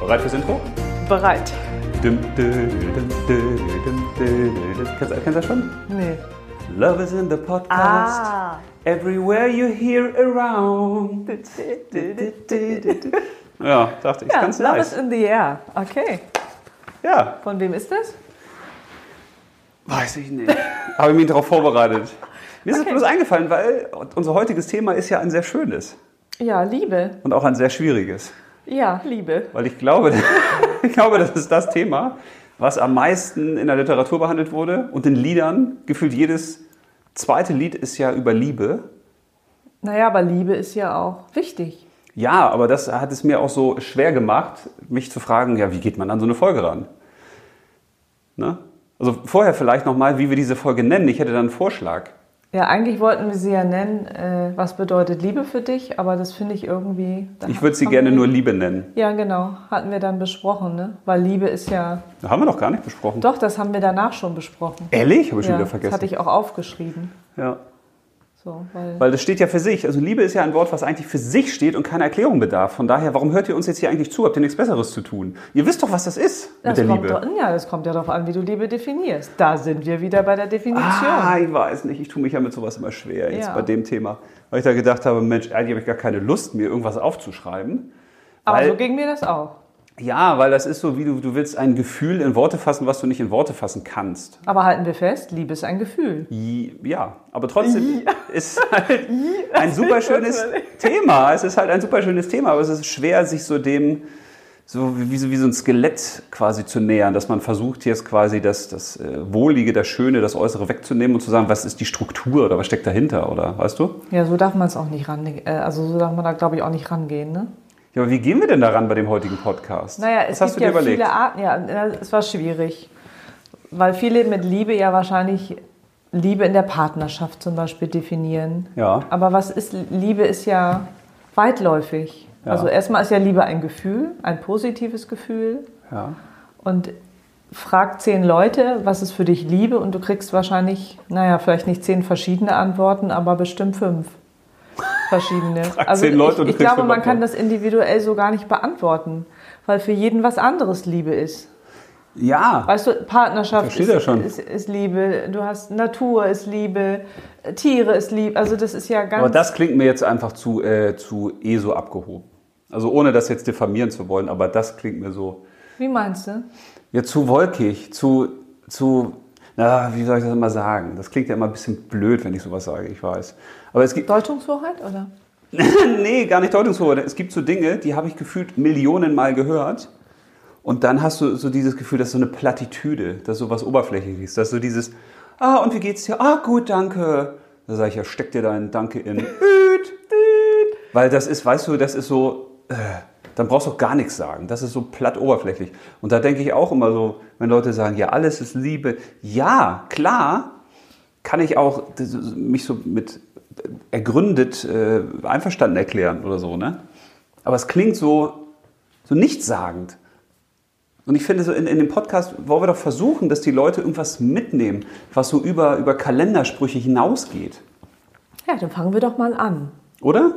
Bereit fürs Intro? Bereit. Dum, dö, dum, dö, dum, dö, dö. Kennst, kennst du das schon? Nee. Love is in the podcast. Ah. Everywhere you hear around. Ja, dachte ich, Ja, ganz Love nice. is in the air. Okay. Ja, Von wem ist das? weiß ich nicht. Habe ich mich darauf vorbereitet. Mir ist es Okay. bloß eingefallen, weil unser heutiges Thema ist ja ein sehr schönes Ja, Liebe. und auch ein sehr schwieriges. Ja, Liebe. Weil ich glaube, ich glaube, das ist das Thema, was am meisten in der Literatur behandelt wurde und in Liedern. Gefühlt jedes zweite Lied ist ja über Liebe. Naja, aber Liebe ist ja auch wichtig. Ja, aber das hat es mir auch so schwer gemacht, mich zu fragen, ja, wie geht man an so eine Folge ran? Ne? Also vorher vielleicht nochmal, wie wir diese Folge nennen. Ich hätte dann einen Vorschlag. Ja, eigentlich wollten wir sie ja nennen, äh, was bedeutet Liebe für dich, aber das finde ich irgendwie. da Ich würde sie haben gerne wir- nur Liebe nennen. Ja, genau. Hatten wir dann besprochen, ne? Weil Liebe ist ja. Da haben wir doch gar nicht besprochen. Doch, das haben wir danach schon besprochen. Ehrlich? Habe ich schon wieder ja, Das vergessen. hatte ich auch aufgeschrieben. ja. So, weil, Weil das steht ja für sich. Also Liebe ist ja ein Wort, was eigentlich für sich steht und keine Erklärung bedarf. Von daher, warum hört ihr uns jetzt hier eigentlich zu? Habt ihr nichts Besseres zu tun? Ihr wisst doch, was das ist das mit der kommt Liebe. Doch, ja, das kommt ja darauf an, wie du Liebe definierst. Da sind wir wieder bei der Definition. Ah, ich weiß nicht. Ich tue mich ja mit sowas immer schwer jetzt Ja. bei dem Thema. Weil ich da gedacht habe, Mensch, eigentlich habe ich gar keine Lust, mir irgendwas aufzuschreiben. Aber Weil- so ging mir das auch. Ja, weil das ist so, wie du, du willst ein Gefühl in Worte fassen, was du nicht in Worte fassen kannst. Aber halten wir fest, Liebe ist ein Gefühl. I- Ja, aber trotzdem ist halt ein super schönes Thema. Es ist halt ein super schönes Thema, aber es ist schwer, sich so dem so wie, wie, so- wie so ein Skelett quasi zu nähern, dass man versucht jetzt quasi das, das äh, Wohlige, das Schöne, das Äußere wegzunehmen und zu sagen, was ist die Struktur oder was steckt dahinter oder weißt du? Ja, so darf man es auch nicht ran, äh, also so darf man da glaube ich auch nicht rangehen, ne? Ja, aber wie gehen wir denn daran bei dem heutigen Podcast? Naja, was es hast du gibt dir ja überlegt? viele Arten, ja, na, es war schwierig, weil viele mit Liebe ja wahrscheinlich Liebe in der Partnerschaft zum Beispiel definieren. Ja. Aber was ist, Liebe ist ja weitläufig. Ja. Also erstmal ist ja Liebe ein Gefühl, ein positives Gefühl ja. und frag zehn Leute, was ist für dich Liebe und du kriegst wahrscheinlich, naja, vielleicht nicht zehn verschiedene Antworten, aber bestimmt fünf verschiedene. Frag zehn Leute ich, und du ich kriegst glaube, fünf man kann Antworten. das individuell so gar nicht beantworten, weil für jeden was anderes Liebe ist. ja, Weißt du, Partnerschaft Versteht ist, er schon. Ist, ist Liebe, du hast Natur ist Liebe, Tiere ist Liebe, also das ist ja ganz... aber das klingt mir jetzt einfach zu, äh, zu eh so abgehoben. Also ohne das jetzt diffamieren zu wollen, aber das klingt mir so. wie meinst du? Ja, zu wolkig, zu, zu, na, wie soll ich das immer sagen? Das klingt ja immer ein bisschen blöd, wenn ich sowas sage, ich weiß. Aber es gibt, Deutungshoheit, oder? nee, gar nicht Deutungshoheit. Es gibt so Dinge, die habe ich gefühlt Millionenmal gehört. Und dann hast du so dieses Gefühl, dass so eine Plattitüde, dass so was Oberflächliches, dass so dieses, ah, und wie geht's dir? Ah, gut, danke. Da sage ich, ja, steck dir deinen Danke in. Weil das ist, weißt du, das ist so, äh, dann brauchst du auch gar nichts sagen. Das ist so platt oberflächlich. Und da denke ich auch immer so, wenn Leute sagen, ja, alles ist Liebe. Ja, klar, kann ich auch das, mich so mit ergründet äh, einverstanden erklären oder so, ne? Aber es klingt so, so nichtssagend. Und ich finde, so in, in dem Podcast wollen wir doch versuchen, dass die Leute irgendwas mitnehmen, was so über, über Kalendersprüche hinausgeht. Ja, dann fangen wir doch mal an. Oder?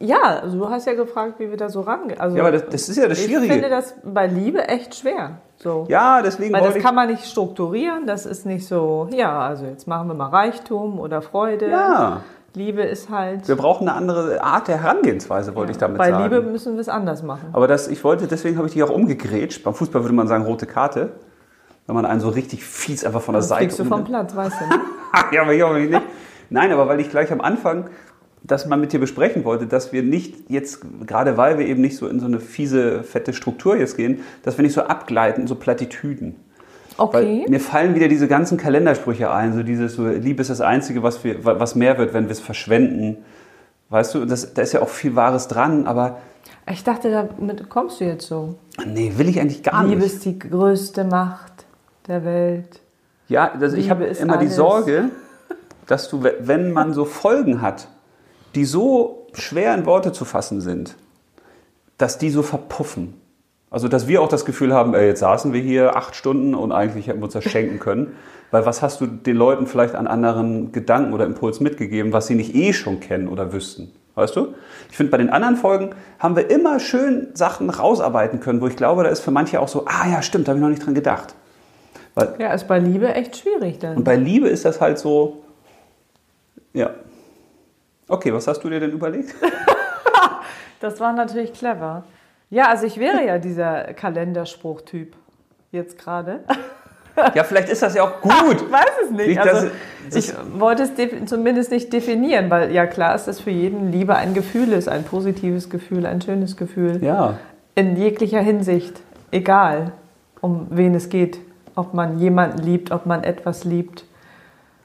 Ja, also du hast ja gefragt, wie wir da so rangehen. Also Ja, aber das, das ist ja das Ich finde Schwierige. das bei Liebe echt schwer. So. Ja, deswegen Weil wollte das ich. kann man nicht strukturieren, das ist nicht so, ja, also jetzt machen wir mal Reichtum oder Freude. Ja, Liebe ist halt. wir brauchen eine andere Art der Herangehensweise, wollte ich damit bei sagen. Liebe müssen wir es anders machen. Aber das, ich wollte, deswegen habe ich dich auch umgegrätscht. Beim Fußball würde man sagen, rote Karte. Wenn man einen so richtig fies einfach von der Sonst Seite. fliegst du vom Platz, weißt du. Ne? ja, aber ich hoffe nicht. Nein, aber weil ich gleich am Anfang das mal mit dir besprechen wollte, dass wir nicht jetzt, gerade weil wir eben nicht so in so eine fiese, fette Struktur jetzt gehen, dass wir nicht so abgleiten, so Plattitüden. Weil Okay. mir fallen wieder diese ganzen Kalendersprüche ein, so dieses, so, Liebe ist das Einzige, was, wir, wa- was mehr wird, wenn wir es verschwenden. Weißt du, das, da ist ja auch viel Wahres dran, aber Ich dachte, damit kommst du jetzt so. nee, will ich eigentlich gar Liebe nicht. ist die größte Macht der Welt. Ja, also ich Liebe habe ist immer die alles. Sorge, dass du, we- wenn man so Folgen hat, die so schwer in Worte zu fassen sind, dass die so verpuffen. Also, dass wir auch das Gefühl haben, ey, jetzt saßen wir hier acht Stunden und eigentlich hätten wir uns das schenken können. Weil was hast du den Leuten vielleicht an anderen Gedanken oder Impuls mitgegeben, was sie nicht eh schon kennen oder wüssten? Weißt du? Ich finde, bei den anderen Folgen haben wir immer schön Sachen rausarbeiten können, wo ich glaube, da ist für manche auch so, ah ja, stimmt, da habe ich noch nicht dran gedacht. Weil, Ja, ist bei Liebe echt schwierig und dann. bei Liebe ist das halt so, ja. Okay, was hast du dir denn überlegt? Das war natürlich clever. Ja, also ich wäre ja dieser Kalenderspruch-Typ jetzt gerade. Ja, vielleicht ist das ja auch gut. Ich weiß es nicht. Nicht, Also, dass- ich wollte es defi- zumindest nicht definieren, weil ja klar ist, dass für jeden Liebe ein Gefühl ist, ein positives Gefühl, ein schönes Gefühl. Ja, In jeglicher Hinsicht, egal um wen es geht, ob man jemanden liebt, ob man etwas liebt,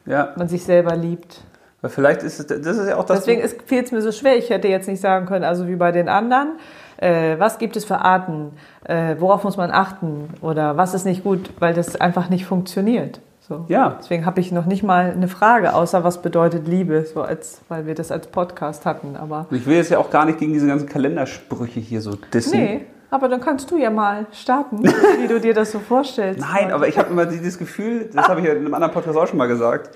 ja. ob man sich selber liebt. Weil vielleicht ist es, das ist ja auch das. Deswegen fiel es mir so schwer. Ich hätte jetzt nicht sagen können, also wie bei den anderen, äh, was gibt es für Arten, äh, worauf muss man achten oder was ist nicht gut, weil das einfach nicht funktioniert. So. ja, Deswegen habe ich noch nicht mal eine Frage, außer was bedeutet Liebe, so als, weil wir das als Podcast hatten. Aber Und ich will jetzt ja auch gar nicht gegen diese ganzen Kalendersprüche hier so dissen. nee, aber dann kannst du ja mal starten, wie du dir das so vorstellst. Nein, aber ich habe immer dieses Gefühl, das habe ich ja in einem anderen Podcast auch schon mal gesagt,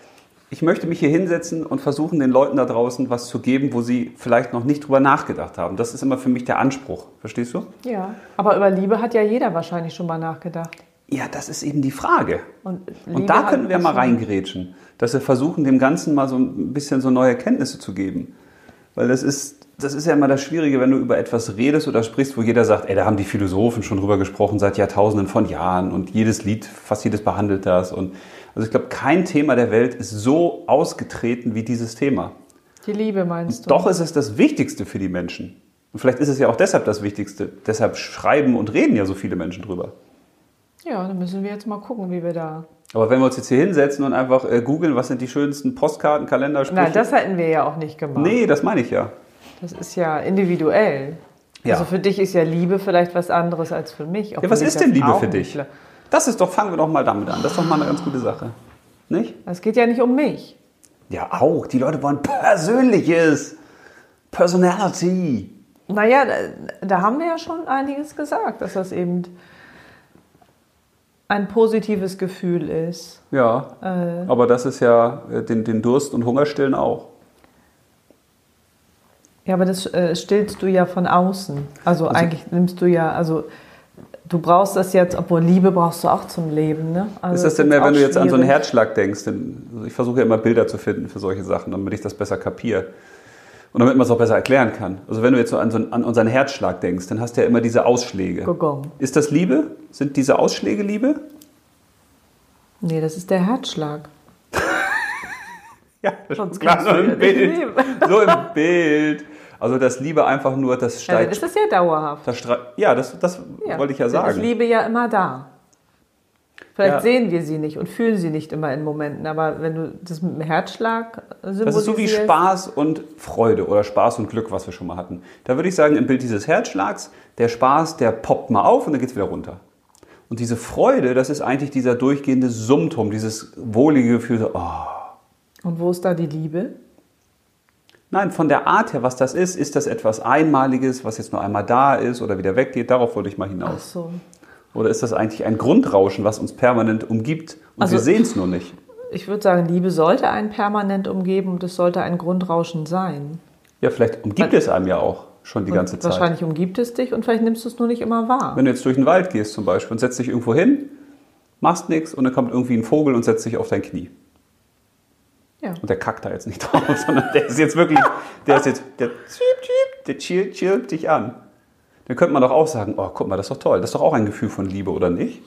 ich möchte mich hier hinsetzen und versuchen, den Leuten da draußen was zu geben, wo sie vielleicht noch nicht drüber nachgedacht haben. Das ist immer für mich der Anspruch. Verstehst du? Ja, aber über Liebe hat ja jeder wahrscheinlich schon mal nachgedacht. Ja, das ist eben die Frage. Und, Liebe Und da hat- könnten wir mal also- reingrätschen, dass wir versuchen, dem Ganzen mal so ein bisschen so neue Erkenntnisse zu geben. Weil das ist, das ist ja immer das Schwierige, wenn du über etwas redest oder sprichst, wo jeder sagt, ey, da haben die Philosophen schon drüber gesprochen seit Jahrtausenden von Jahren und jedes Lied, fast jedes behandelt das. Und also ich glaube, kein Thema der Welt ist so ausgetreten wie dieses Thema. Die Liebe meinst du? Doch ist es das Wichtigste für die Menschen. Und vielleicht ist es ja auch deshalb das Wichtigste. Deshalb schreiben und reden ja so viele Menschen drüber. Ja, dann müssen wir jetzt mal gucken, wie wir da. Aber wenn wir uns jetzt hier hinsetzen und einfach äh, googeln, was sind die schönsten Postkarten, Kalendersprüche? Nein, das hätten wir ja auch nicht gemacht. nee, das meine ich ja. Das ist ja individuell. Ja. Also für dich ist ja Liebe vielleicht was anderes als für mich. Ja, was ist denn Liebe für dich? Es Das ist doch, fangen wir doch mal damit an. Das ist doch mal eine ganz gute Sache. Nicht? geht ja nicht um mich. Ja, auch. Die Leute wollen Persönliches. Personality. Naja, da, da haben wir ja schon einiges gesagt, dass das eben ein positives Gefühl ist. Ja. Äh, Aber das ist ja äh, den, den Durst und Hunger stillen auch. ja, aber das äh, stillst du ja von außen. Also, eigentlich nimmst du ja, also du brauchst das jetzt, obwohl Liebe brauchst du auch zum Leben. Ne? Also ist das denn ist mehr, wenn auch du jetzt an so einen schwierig. Herzschlag denkst? Denn also ich versuche ja immer Bilder zu finden für solche Sachen, damit ich das besser kapiere. Und damit man es auch besser erklären kann. Also wenn du jetzt so an, so einen, an unseren Herzschlag denkst, dann hast du ja immer diese Ausschläge. Gogong. Ist das Liebe? Sind diese Ausschläge Liebe? Nee, das ist der Herzschlag. Ja, das Sonst ist klar, kannst so du ja im nicht Bild. leben. So im Bild. Also das Liebe einfach nur, das Ja, dann Also, ist steigt. das ja dauerhaft. Das stre- ja, das, das wollte ich ja dann Ist sagen. Liebe ja immer da. Vielleicht Ja. sehen wir sie nicht und fühlen sie nicht immer in Momenten, aber wenn du das mit dem Herzschlag äh, symbolisierst. Das ist so wie Spaß und Freude oder Spaß und Glück, was wir schon mal hatten. Da würde ich sagen, im Bild dieses Herzschlags, der Spaß, der poppt mal auf und dann geht's wieder runter. Und diese Freude, das ist eigentlich dieser durchgehende Summtum, dieses wohlige Gefühl, so, oh, Und wo ist da die Liebe? Nein, von der Art her, was das ist, ist das etwas Einmaliges, was jetzt nur einmal da ist oder wieder weggeht? Darauf wollte ich mal Ach hinaus. so. Oder ist das eigentlich ein Grundrauschen, was uns permanent umgibt und Also- wir sehen es nur nicht? Ich würde sagen, Liebe sollte einen permanent umgeben und es sollte ein Grundrauschen sein. Ja, vielleicht umgibt Weil- es einem ja auch schon die ganze und Zeit. Wahrscheinlich umgibt es dich und vielleicht nimmst du es nur nicht immer wahr. Wenn du jetzt durch den Wald gehst zum Beispiel und setzt dich irgendwo hin, machst nichts und dann kommt irgendwie ein Vogel und setzt sich auf dein Knie. Ja. Und der kackt da jetzt nicht drauf, sondern der ist jetzt wirklich, der ist jetzt, der chirp, chirp, der chirp, chirp dich an. Dann könnte man doch auch sagen, oh, guck mal, das ist doch toll. Das ist doch auch ein Gefühl von Liebe, oder nicht?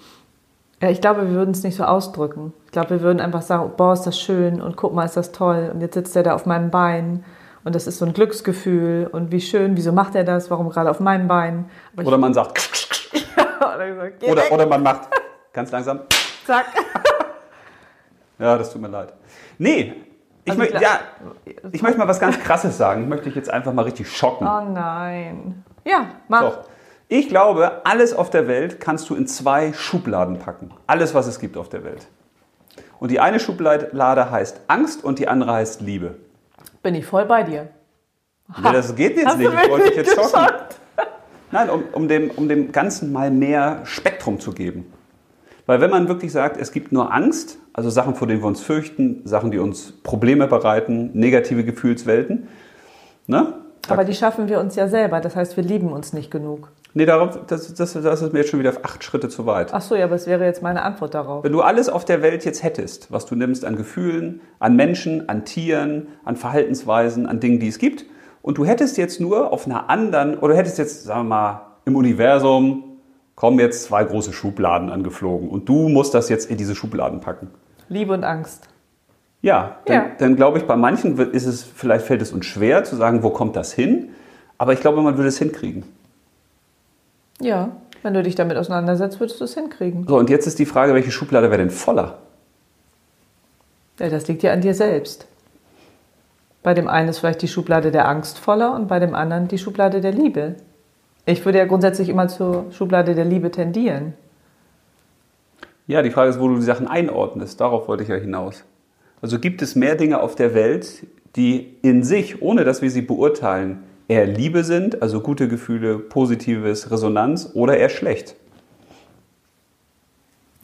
ja, ich glaube, wir würden es nicht so ausdrücken. Ich glaube, wir würden einfach sagen, boah, ist das schön und guck mal, ist das toll und jetzt sitzt er da auf meinem Bein und das ist so ein Glücksgefühl und wie schön, wieso macht er das, warum gerade auf meinem Bein? Aber ich Oder man sagt, Oder gesagt, geh Oder, weg, oder man macht ganz langsam. zack. Ja, das tut mir leid. Nee, ich, Also mö- klar- ja, ich möchte mal was ganz Krasses sagen. Ich möchte dich jetzt einfach mal richtig schocken. Oh nein. Ja, mach. Doch. Ich glaube, alles auf der Welt kannst du in zwei Schubladen packen. Alles, was es gibt auf der Welt. Und die eine Schublade heißt Angst und die andere heißt Liebe. Bin ich voll bei dir. Nee, das geht jetzt Hast nicht. du Ich wollte dich jetzt wirklich schocken. geschockt? Nein, um, um, dem, um dem Ganzen mal mehr Spektrum zu geben. Weil wenn man wirklich sagt, es gibt nur Angst, also Sachen, vor denen wir uns fürchten, Sachen, die uns Probleme bereiten, negative Gefühlswelten, ne? Aber die schaffen wir uns ja selber. Das heißt, wir lieben uns nicht genug. Nee, darauf, das, das, das ist mir jetzt schon wieder acht Schritte zu weit. Ach so, ja, aber es wäre jetzt meine Antwort darauf. Wenn du alles auf der Welt jetzt hättest, was du nimmst an Gefühlen, an Menschen, an Tieren, an Verhaltensweisen, an Dingen, die es gibt, und du hättest jetzt nur auf einer anderen, oder hättest jetzt, sagen wir mal, im Universum kommen jetzt zwei große Schubladen angeflogen und du musst das jetzt in diese Schubladen packen. Liebe und Angst. Ja, dann, Ja. dann glaube ich, bei manchen wird- ist es, vielleicht fällt es uns schwer zu sagen, wo kommt das hin, aber ich glaube, man würde es hinkriegen. Ja, wenn du dich damit auseinandersetzt, würdest du es hinkriegen. So, und jetzt ist die Frage, welche Schublade wäre denn voller? Ja, das liegt ja an dir selbst. Bei dem einen ist vielleicht die Schublade der Angst voller und bei dem anderen die Schublade der Liebe. Ich würde ja grundsätzlich immer zur Schublade der Liebe tendieren. Ja, die Frage ist, wo du die Sachen einordnest. Darauf wollte ich ja hinaus. Also gibt es mehr Dinge auf der Welt, die in sich, ohne dass wir sie beurteilen, eher Liebe sind, also gute Gefühle, positives Resonanz oder eher schlecht?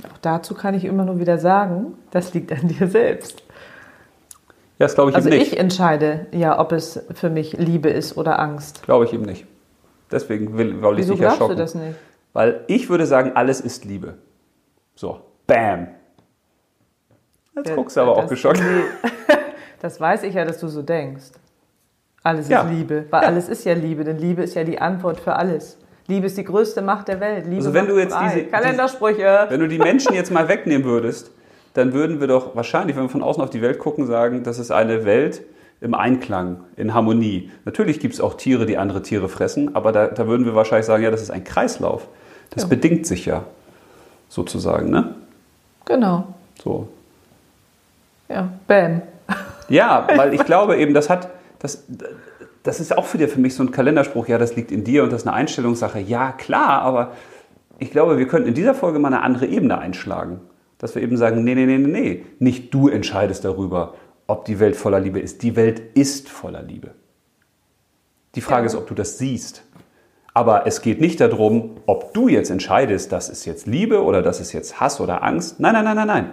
Auch dazu kann ich immer nur wieder sagen, das liegt an dir selbst. Ja, das glaube ich Also eben ich nicht. entscheide ja, ob es für mich Liebe ist oder Angst. Glaube ich eben nicht. Deswegen will, will ich Wieso dich glaubst erschrocken. du das nicht? Weil ich würde sagen, alles ist Liebe. So, bam. Jetzt Ja, guckst du aber auch Äh, das- geschockt. nee. Das weiß ich ja, dass du so denkst. Alles ist Ja. Liebe, weil Ja. alles ist ja Liebe, denn Liebe ist ja die Antwort für alles. Liebe ist die größte Macht der Welt. Liebe Also wenn macht du jetzt frei. diese- Kalendersprüche. Wenn du die Menschen jetzt mal wegnehmen würdest, dann würden wir doch wahrscheinlich, wenn wir von außen auf die Welt gucken, sagen, das ist eine Welt im Einklang, in Harmonie. Natürlich gibt es auch Tiere, die andere Tiere fressen, aber da, da würden wir wahrscheinlich sagen, ja, das ist ein Kreislauf. Das bedingt sich ja sozusagen, ne? Genau. So. Ja. Bam. Ja, weil ich glaube eben, das hat, das, das ist auch wieder für mich so ein Kalenderspruch, ja, das liegt in dir und das ist eine Einstellungssache. Ja, klar, aber ich glaube, wir könnten in dieser Folge mal eine andere Ebene einschlagen. Dass wir eben sagen, nee, nee, nee, nee, nee, nicht du entscheidest darüber, ob die Welt voller Liebe ist. Die Welt ist voller Liebe. Die Frage Ja. ist, ob du das siehst. Aber es geht nicht darum, ob du jetzt entscheidest, das ist jetzt Liebe oder das ist jetzt Hass oder Angst. Nein, nein, nein, nein, nein.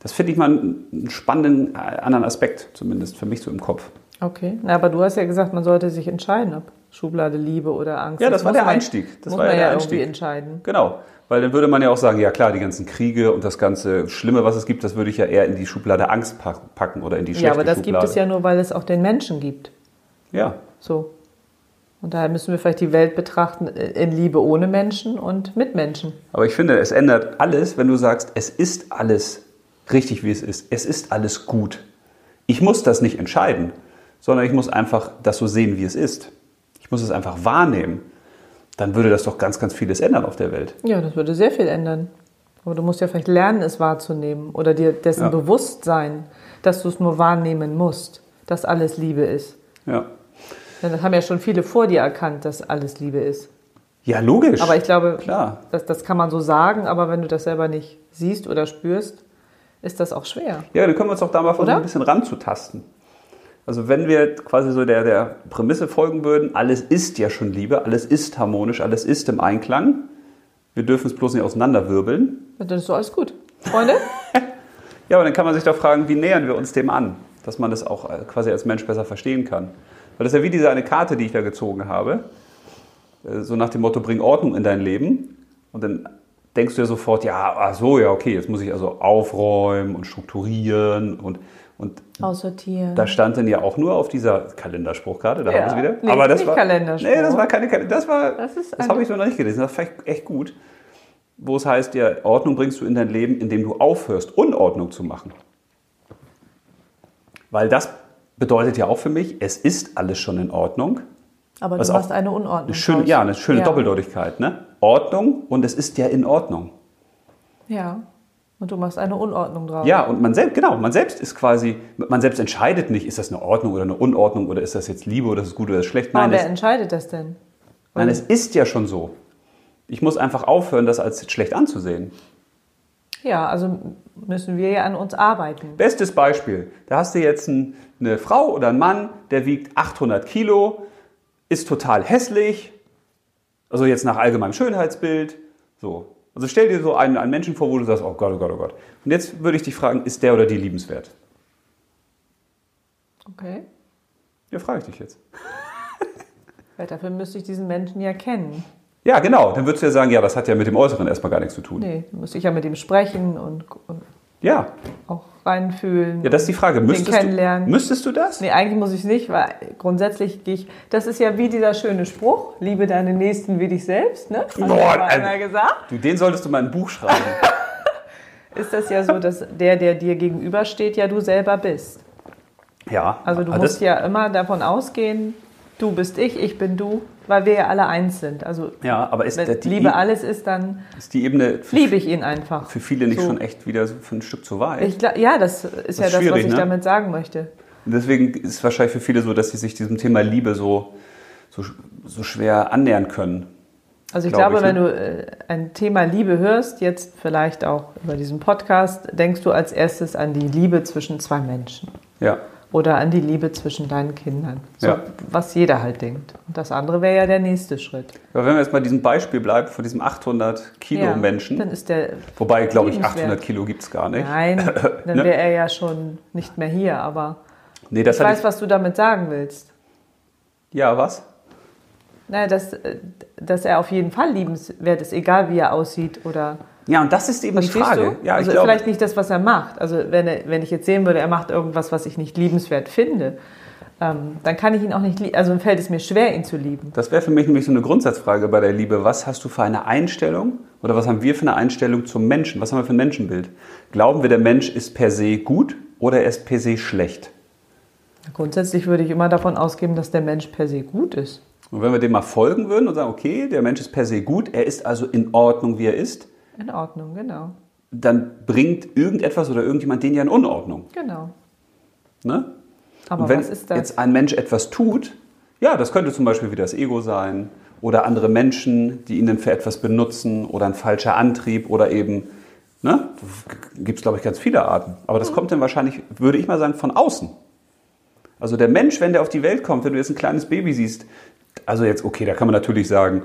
Das finde ich mal einen einen spannenden äh, anderen Aspekt, zumindest für mich so im Kopf. Okay. Na, aber du hast ja gesagt, man sollte sich entscheiden, ob Schublade Liebe oder Angst. Ja, das war muss der man- Einstieg. Das muss war ja man ja, der irgendwie Einstieg. entscheiden. Genau, weil dann würde man ja auch sagen, ja klar, die ganzen Kriege und das ganze Schlimme, was es gibt, das würde ich ja eher in die Schublade Angst pack- packen oder in die schlechte Ja, aber das Schublade. gibt es ja nur, weil es auch den Menschen gibt. Ja, So. Und daher müssen wir vielleicht die Welt betrachten äh, in Liebe ohne Menschen und mit Menschen. aber ich finde, es ändert alles, wenn du sagst, es ist alles richtig, wie es ist. Es ist alles gut. Ich muss das nicht entscheiden, sondern ich muss einfach das so sehen, wie es ist. Ich muss es einfach wahrnehmen. Dann würde das doch ganz, ganz vieles ändern auf der Welt. Ja, das würde sehr viel ändern. Aber du musst ja vielleicht lernen, es wahrzunehmen oder dir dessen Ja. bewusst sein, dass du es nur wahrnehmen musst, dass alles Liebe ist. Ja, Denn das haben ja schon viele vor dir erkannt, dass alles Liebe ist. ja logisch. Aber ich glaube, Klar. Das, das kann man so sagen, aber wenn du das selber nicht siehst oder spürst, ist das auch schwer. Ja, dann können wir uns auch da mal versuchen, Oder? ein bisschen ranzutasten. Also wenn wir quasi so der, der Prämisse folgen würden, alles ist ja schon Liebe, alles ist harmonisch, alles ist im Einklang. Wir dürfen es bloß nicht auseinanderwirbeln. Und dann ist so alles gut. Freunde? Ja, aber dann kann man sich doch fragen, wie nähern wir uns dem an? Dass man das auch äh, quasi als Mensch besser verstehen kann. Weil das ist ja wie diese eine Karte, die ich da gezogen habe. Äh, So nach dem Motto, bring Ordnung in dein Leben. Und dann denkst du ja sofort, ja, ach so, ja, okay, jetzt muss ich also aufräumen und strukturieren und, und Aussortieren. da stand dann ja auch nur auf dieser Kalenderspruchkarte, da Ja. haben wir es wieder. Nee, nicht Kalenderspruch. Nee, das war keine Kalender. Das war Das das, ist das eine- habe ich so noch nicht gelesen, das war echt- echt gut. Wo es heißt, ja, Ordnung bringst du in dein Leben, indem du aufhörst, Unordnung zu machen. Weil das bedeutet ja auch für mich, es ist alles schon in Ordnung. aber was du auch- machst eine Unordnung. Eine schöne, draus. ja, eine schöne Doppeldeutigkeit, ne? Ordnung und es ist ja in Ordnung. Ja. Und du machst eine Unordnung draus. Ja, und man selbst, genau, man selbst ist quasi, man selbst entscheidet nicht, ist das eine Ordnung oder eine Unordnung oder ist das jetzt Liebe oder ist es gut oder ist es schlecht. aber Nein, wer es, entscheidet das denn? Nein, Oh. es ist ja schon so. Ich muss einfach aufhören, das als schlecht anzusehen. Ja, also müssen wir ja an uns arbeiten. Bestes Beispiel. Da hast du jetzt ein, eine Frau oder einen Mann, der wiegt 800 Kilo, ist total hässlich. Also jetzt nach allgemeinem Schönheitsbild. So. Also stell dir so einen, einen Menschen vor, wo du sagst, oh Gott, oh Gott, oh Gott. Und jetzt würde ich dich fragen, ist der oder die liebenswert? Okay. Ja, frage ich dich jetzt. Weil dafür müsste ich diesen Menschen ja kennen. Ja, genau. Dann würdest du ja sagen, ja, das hat ja mit dem Äußeren erstmal gar nichts zu tun. Nee, dann müsste ich ja mit ihm sprechen und, und Ja. auch reinfühlen. Ja, das ist die Frage. Müsstest du, kennenlernen. müsstest du das? Nee, eigentlich muss ich es nicht, weil grundsätzlich gehe ich. Das ist ja wie dieser schöne Spruch: Liebe deinen Nächsten wie dich selbst, ne? Hat Boah, mir also- mal einer gesagt. Du, den solltest du mal ein Buch schreiben. Ist das ja so, dass der, der dir gegenübersteht, ja du selber bist. ja. Also du aber musst Ah, das, ja immer davon ausgehen, du bist ich, ich bin du, weil wir ja alle eins sind. Also Ja, aber ist, der, wenn die, Liebe alles ist, dann ist die Ebene für, liebe ich ihn einfach. für viele nicht So. schon echt wieder so für ein Stück zu weit? Ich, gla- ja, das ist ja ist das, was schwierig, ich ne? damit sagen möchte. Und deswegen ist es wahrscheinlich für viele so, dass sie sich diesem Thema Liebe so, so, so schwer annähern können. Also ich Glaub glaube, ich, wenn ne? du äh, ein Thema Liebe hörst, jetzt vielleicht auch über diesen Podcast, denkst du als erstes an die Liebe zwischen zwei Menschen Ja. oder an die Liebe zwischen deinen Kindern. So, Ja. Was jeder halt denkt. Und das andere wäre ja der nächste Schritt. Aber wenn wir jetzt mal diesem Beispiel bleiben, von diesem 800 Kilo ja, Dann um Menschen, ist der. wobei, glaube ich, liebenswert. 800 Kilo gibt es gar nicht. Nein, dann Ne? wäre er ja schon nicht mehr hier, aber Nee, das ich hatte weiß, was du damit sagen willst. ich, ja, was? Naja, dass, äh, dass er auf jeden Fall liebenswert ist, egal wie er aussieht oder. Ja, und das ist eben die Verstehst Frage. du? Ja, also ich glaube, vielleicht nicht das, was er macht. Also wenn, er, wenn ich jetzt sehen würde, er macht irgendwas, was ich nicht liebenswert finde, ähm, dann kann ich ihn auch nicht lieben. Also fällt es mir schwer, ihn zu lieben. das wäre für mich nämlich so eine Grundsatzfrage bei der Liebe. Was hast du für eine Einstellung oder was haben wir für eine Einstellung zum Menschen? Was haben wir für ein Menschenbild? Glauben wir, der Mensch ist per se gut oder er ist per se schlecht? Grundsätzlich würde ich immer davon ausgehen, dass der Mensch per se gut ist. Und wenn wir dem mal folgen würden und sagen, okay, der Mensch ist per se gut, er ist also in Ordnung, wie er ist, In Ordnung, genau. dann bringt irgendetwas oder irgendjemand den ja in Unordnung. Genau. Ne? Aber und wenn was ist das? jetzt ein Mensch etwas tut, ja, das könnte zum Beispiel wieder das Ego sein oder andere Menschen, die ihn dann für etwas benutzen oder ein falscher Antrieb oder eben, ne, gibt es glaube ich ganz viele Arten. Aber Mhm. das kommt dann wahrscheinlich, würde ich mal sagen, von außen. Also der Mensch, wenn der auf die Welt kommt, wenn du jetzt ein kleines Baby siehst, also jetzt, okay, da kann man natürlich sagen,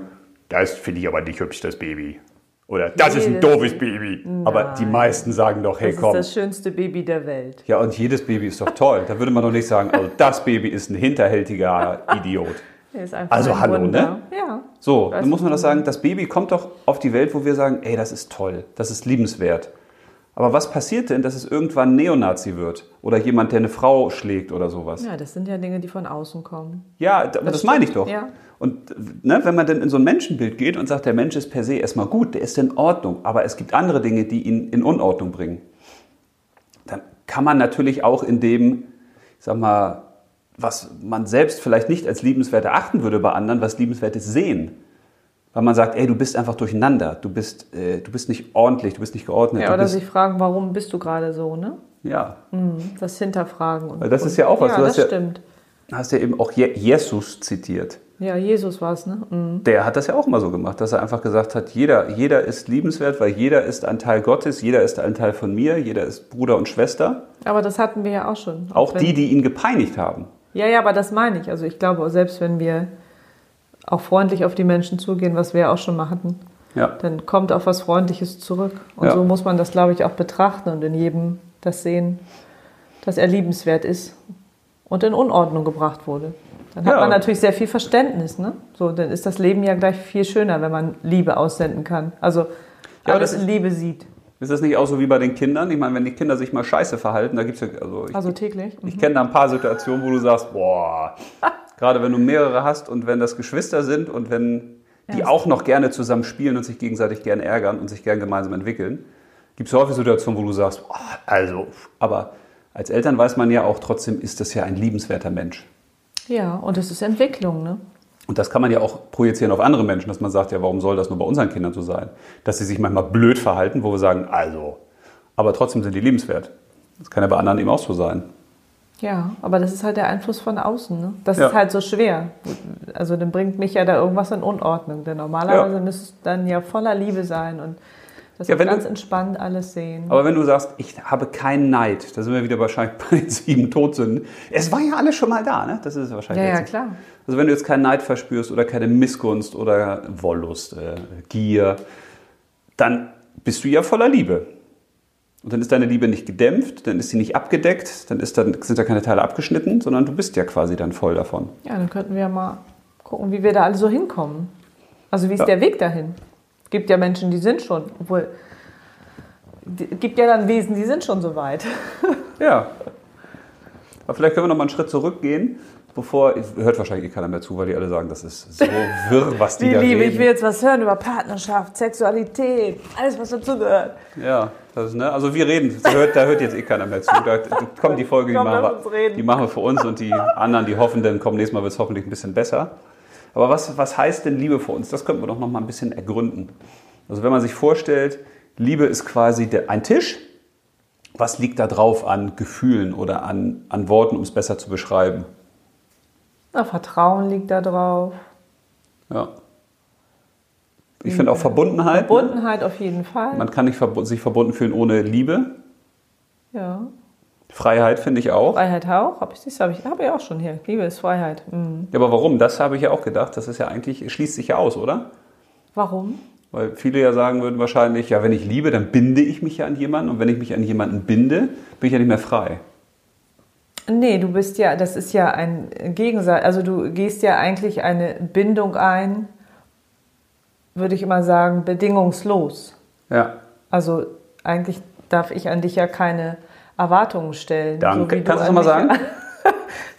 das finde ich aber nicht hübsch, das Baby. Oder das Nee, ist ein das- doofes Baby. Aber die Nein. meisten sagen doch, hey das komm. ist das schönste Baby der Welt. Ja, und jedes Baby ist doch toll. Da würde man doch nicht sagen, also das Baby ist ein hinterhältiger Idiot. Er ist einfach Also ein hallo, Wunder. ne? Ja. So, Weiß dann muss man ich doch sagen, das Baby kommt doch auf die Welt, wo wir sagen, ey, das ist toll, das ist liebenswert. Aber was passiert denn, dass es irgendwann ein Neonazi wird? Oder jemand, der eine Frau schlägt oder sowas? Ja, das sind ja Dinge, die von außen kommen. Ja, d- aber das, Das meine ich stimmt, doch. ja. Und ne, wenn man dann in so ein Menschenbild geht und sagt, der Mensch ist per se erstmal gut, der ist in Ordnung, aber es gibt andere Dinge, die ihn in Unordnung bringen, dann kann man natürlich auch in dem, ich sag mal, was man selbst vielleicht nicht als liebenswert erachten würde bei anderen, was liebenswertes sehen. Weil man sagt, ey, du bist einfach durcheinander, du bist, äh, du bist nicht ordentlich, du bist nicht geordnet. Ja, du oder bist, sich fragen, warum bist du gerade so, ne? ja. Mhm. Das Hinterfragen. Und, Weil das und, ist ja auch was, Ja, du das hast ja- stimmt. Hast ja eben auch Je Jesus zitiert. Ja, Jesus war es, ne? Mhm. Der hat das ja auch mal so gemacht, dass er einfach gesagt hat, jeder, jeder ist liebenswert, weil jeder ist ein Teil Gottes, jeder ist ein Teil von mir, jeder ist Bruder und Schwester. Aber das hatten wir ja auch schon. Auch wenn, die, die ihn gepeinigt haben. Ja, ja, aber das meine ich. Also ich glaube, selbst wenn wir auch freundlich auf die Menschen zugehen, was wir ja auch schon mal hatten, Ja. dann kommt auch was Freundliches zurück. Und Ja. so muss man das, glaube ich, auch betrachten und in jedem das sehen, dass er liebenswert ist und in Unordnung gebracht wurde. Dann hat Ja. man natürlich sehr viel Verständnis, ne? So, dann ist das Leben ja gleich viel schöner, wenn man Liebe aussenden kann. Also Ja, alles das- in Liebe sieht. Ist das nicht auch so wie bei den Kindern? Ich meine, wenn die Kinder sich mal scheiße verhalten, da gibt's ja, also ich, Also täglich. ich kenne da ein paar Situationen, wo du sagst, boah, gerade wenn du mehrere hast und wenn das Geschwister sind und wenn die Ja. auch noch gerne zusammen spielen und sich gegenseitig gerne ärgern und sich gerne gemeinsam entwickeln, gibt es häufig Situationen, wo du sagst, oh, also, aber als Eltern weiß man ja auch trotzdem, ist das ja ein liebenswerter Mensch. Ja, und das ist Entwicklung, ne? Und das kann man ja auch projizieren auf andere Menschen, dass man sagt, ja, warum soll das nur bei unseren Kindern so sein? Dass sie sich manchmal blöd verhalten, wo wir sagen, also, aber trotzdem sind die liebenswert. Das kann ja bei anderen eben auch so sein. Ja, aber das ist halt der Einfluss von außen. Ne? Das Ja. ist halt so schwer. Also dann bringt mich ja da irgendwas in Unordnung. Denn normalerweise Ja. müsste es dann ja voller Liebe sein und das Ja, auch wenn ganz du- entspannt alles sehen. Aber wenn du sagst, ich habe keinen Neid, da sind wir wieder wahrscheinlich bei den sieben Todsünden. Es war ja alles schon mal da, ne? Das ist ja, wahrscheinlich ja, jetzt- klar. Also wenn du jetzt keinen Neid verspürst oder keine Missgunst oder Wollust, äh, Gier, dann bist du ja voller Liebe. Und dann ist deine Liebe nicht gedämpft, dann ist sie nicht abgedeckt, dann, ist dann sind da keine Teile abgeschnitten, sondern du bist ja quasi dann voll davon. Ja, dann könnten wir mal gucken, wie wir da alle so hinkommen. Also wie ist Ja. der Weg dahin? Gibt ja Menschen, die sind schon, obwohl, die- gibt ja dann Wesen, die sind schon so weit. Ja. Aber vielleicht können wir noch mal einen Schritt zurückgehen, bevor. Hört wahrscheinlich eh keiner mehr zu, weil die alle sagen, das ist so wirr, was die, Die da Liebe, reden. ich will jetzt was hören über Partnerschaft, Sexualität, alles was dazugehört. Ja, das ist, ne? also wir reden, da hört, da hört jetzt eh keiner mehr zu. Da, da kommt die Folge, die Komm, lass machen, uns wir, reden. die machen wir für uns und die anderen, die hoffenden, kommen nächstes Mal wird es hoffentlich ein bisschen besser. Aber was, was heißt denn Liebe für uns? Das könnten wir doch noch mal ein bisschen ergründen. Also wenn man sich vorstellt, Liebe ist quasi der, ein Tisch. Was liegt da drauf an Gefühlen oder an, an Worten, um es besser zu beschreiben? Na, Vertrauen liegt da drauf. Ja. Ich finde Mhm. auch Verbundenheit. ne? Verbundenheit auf jeden Fall. Man kann nicht verbu sich verbunden fühlen ohne Liebe. ja. Freiheit finde ich auch. Freiheit auch, habe ich, das habe ich, habe ich auch schon hier. Liebe ist Freiheit. Mhm. Ja, aber warum? Das habe ich ja auch gedacht. Das ist ja eigentlich, schließt sich ja aus, oder? Warum? Weil viele ja sagen würden wahrscheinlich, ja, wenn ich liebe, dann binde ich mich ja an jemanden. Und wenn ich mich an jemanden binde, bin ich ja nicht mehr frei. Nee, du bist ja, das ist ja ein Gegensatz. Also du gehst ja eigentlich eine Bindung ein, würde ich immer sagen, bedingungslos. Ja. Also eigentlich darf ich an dich ja keine Erwartungen stellen. Danke. wie Kannst du an nochmal mich- sagen?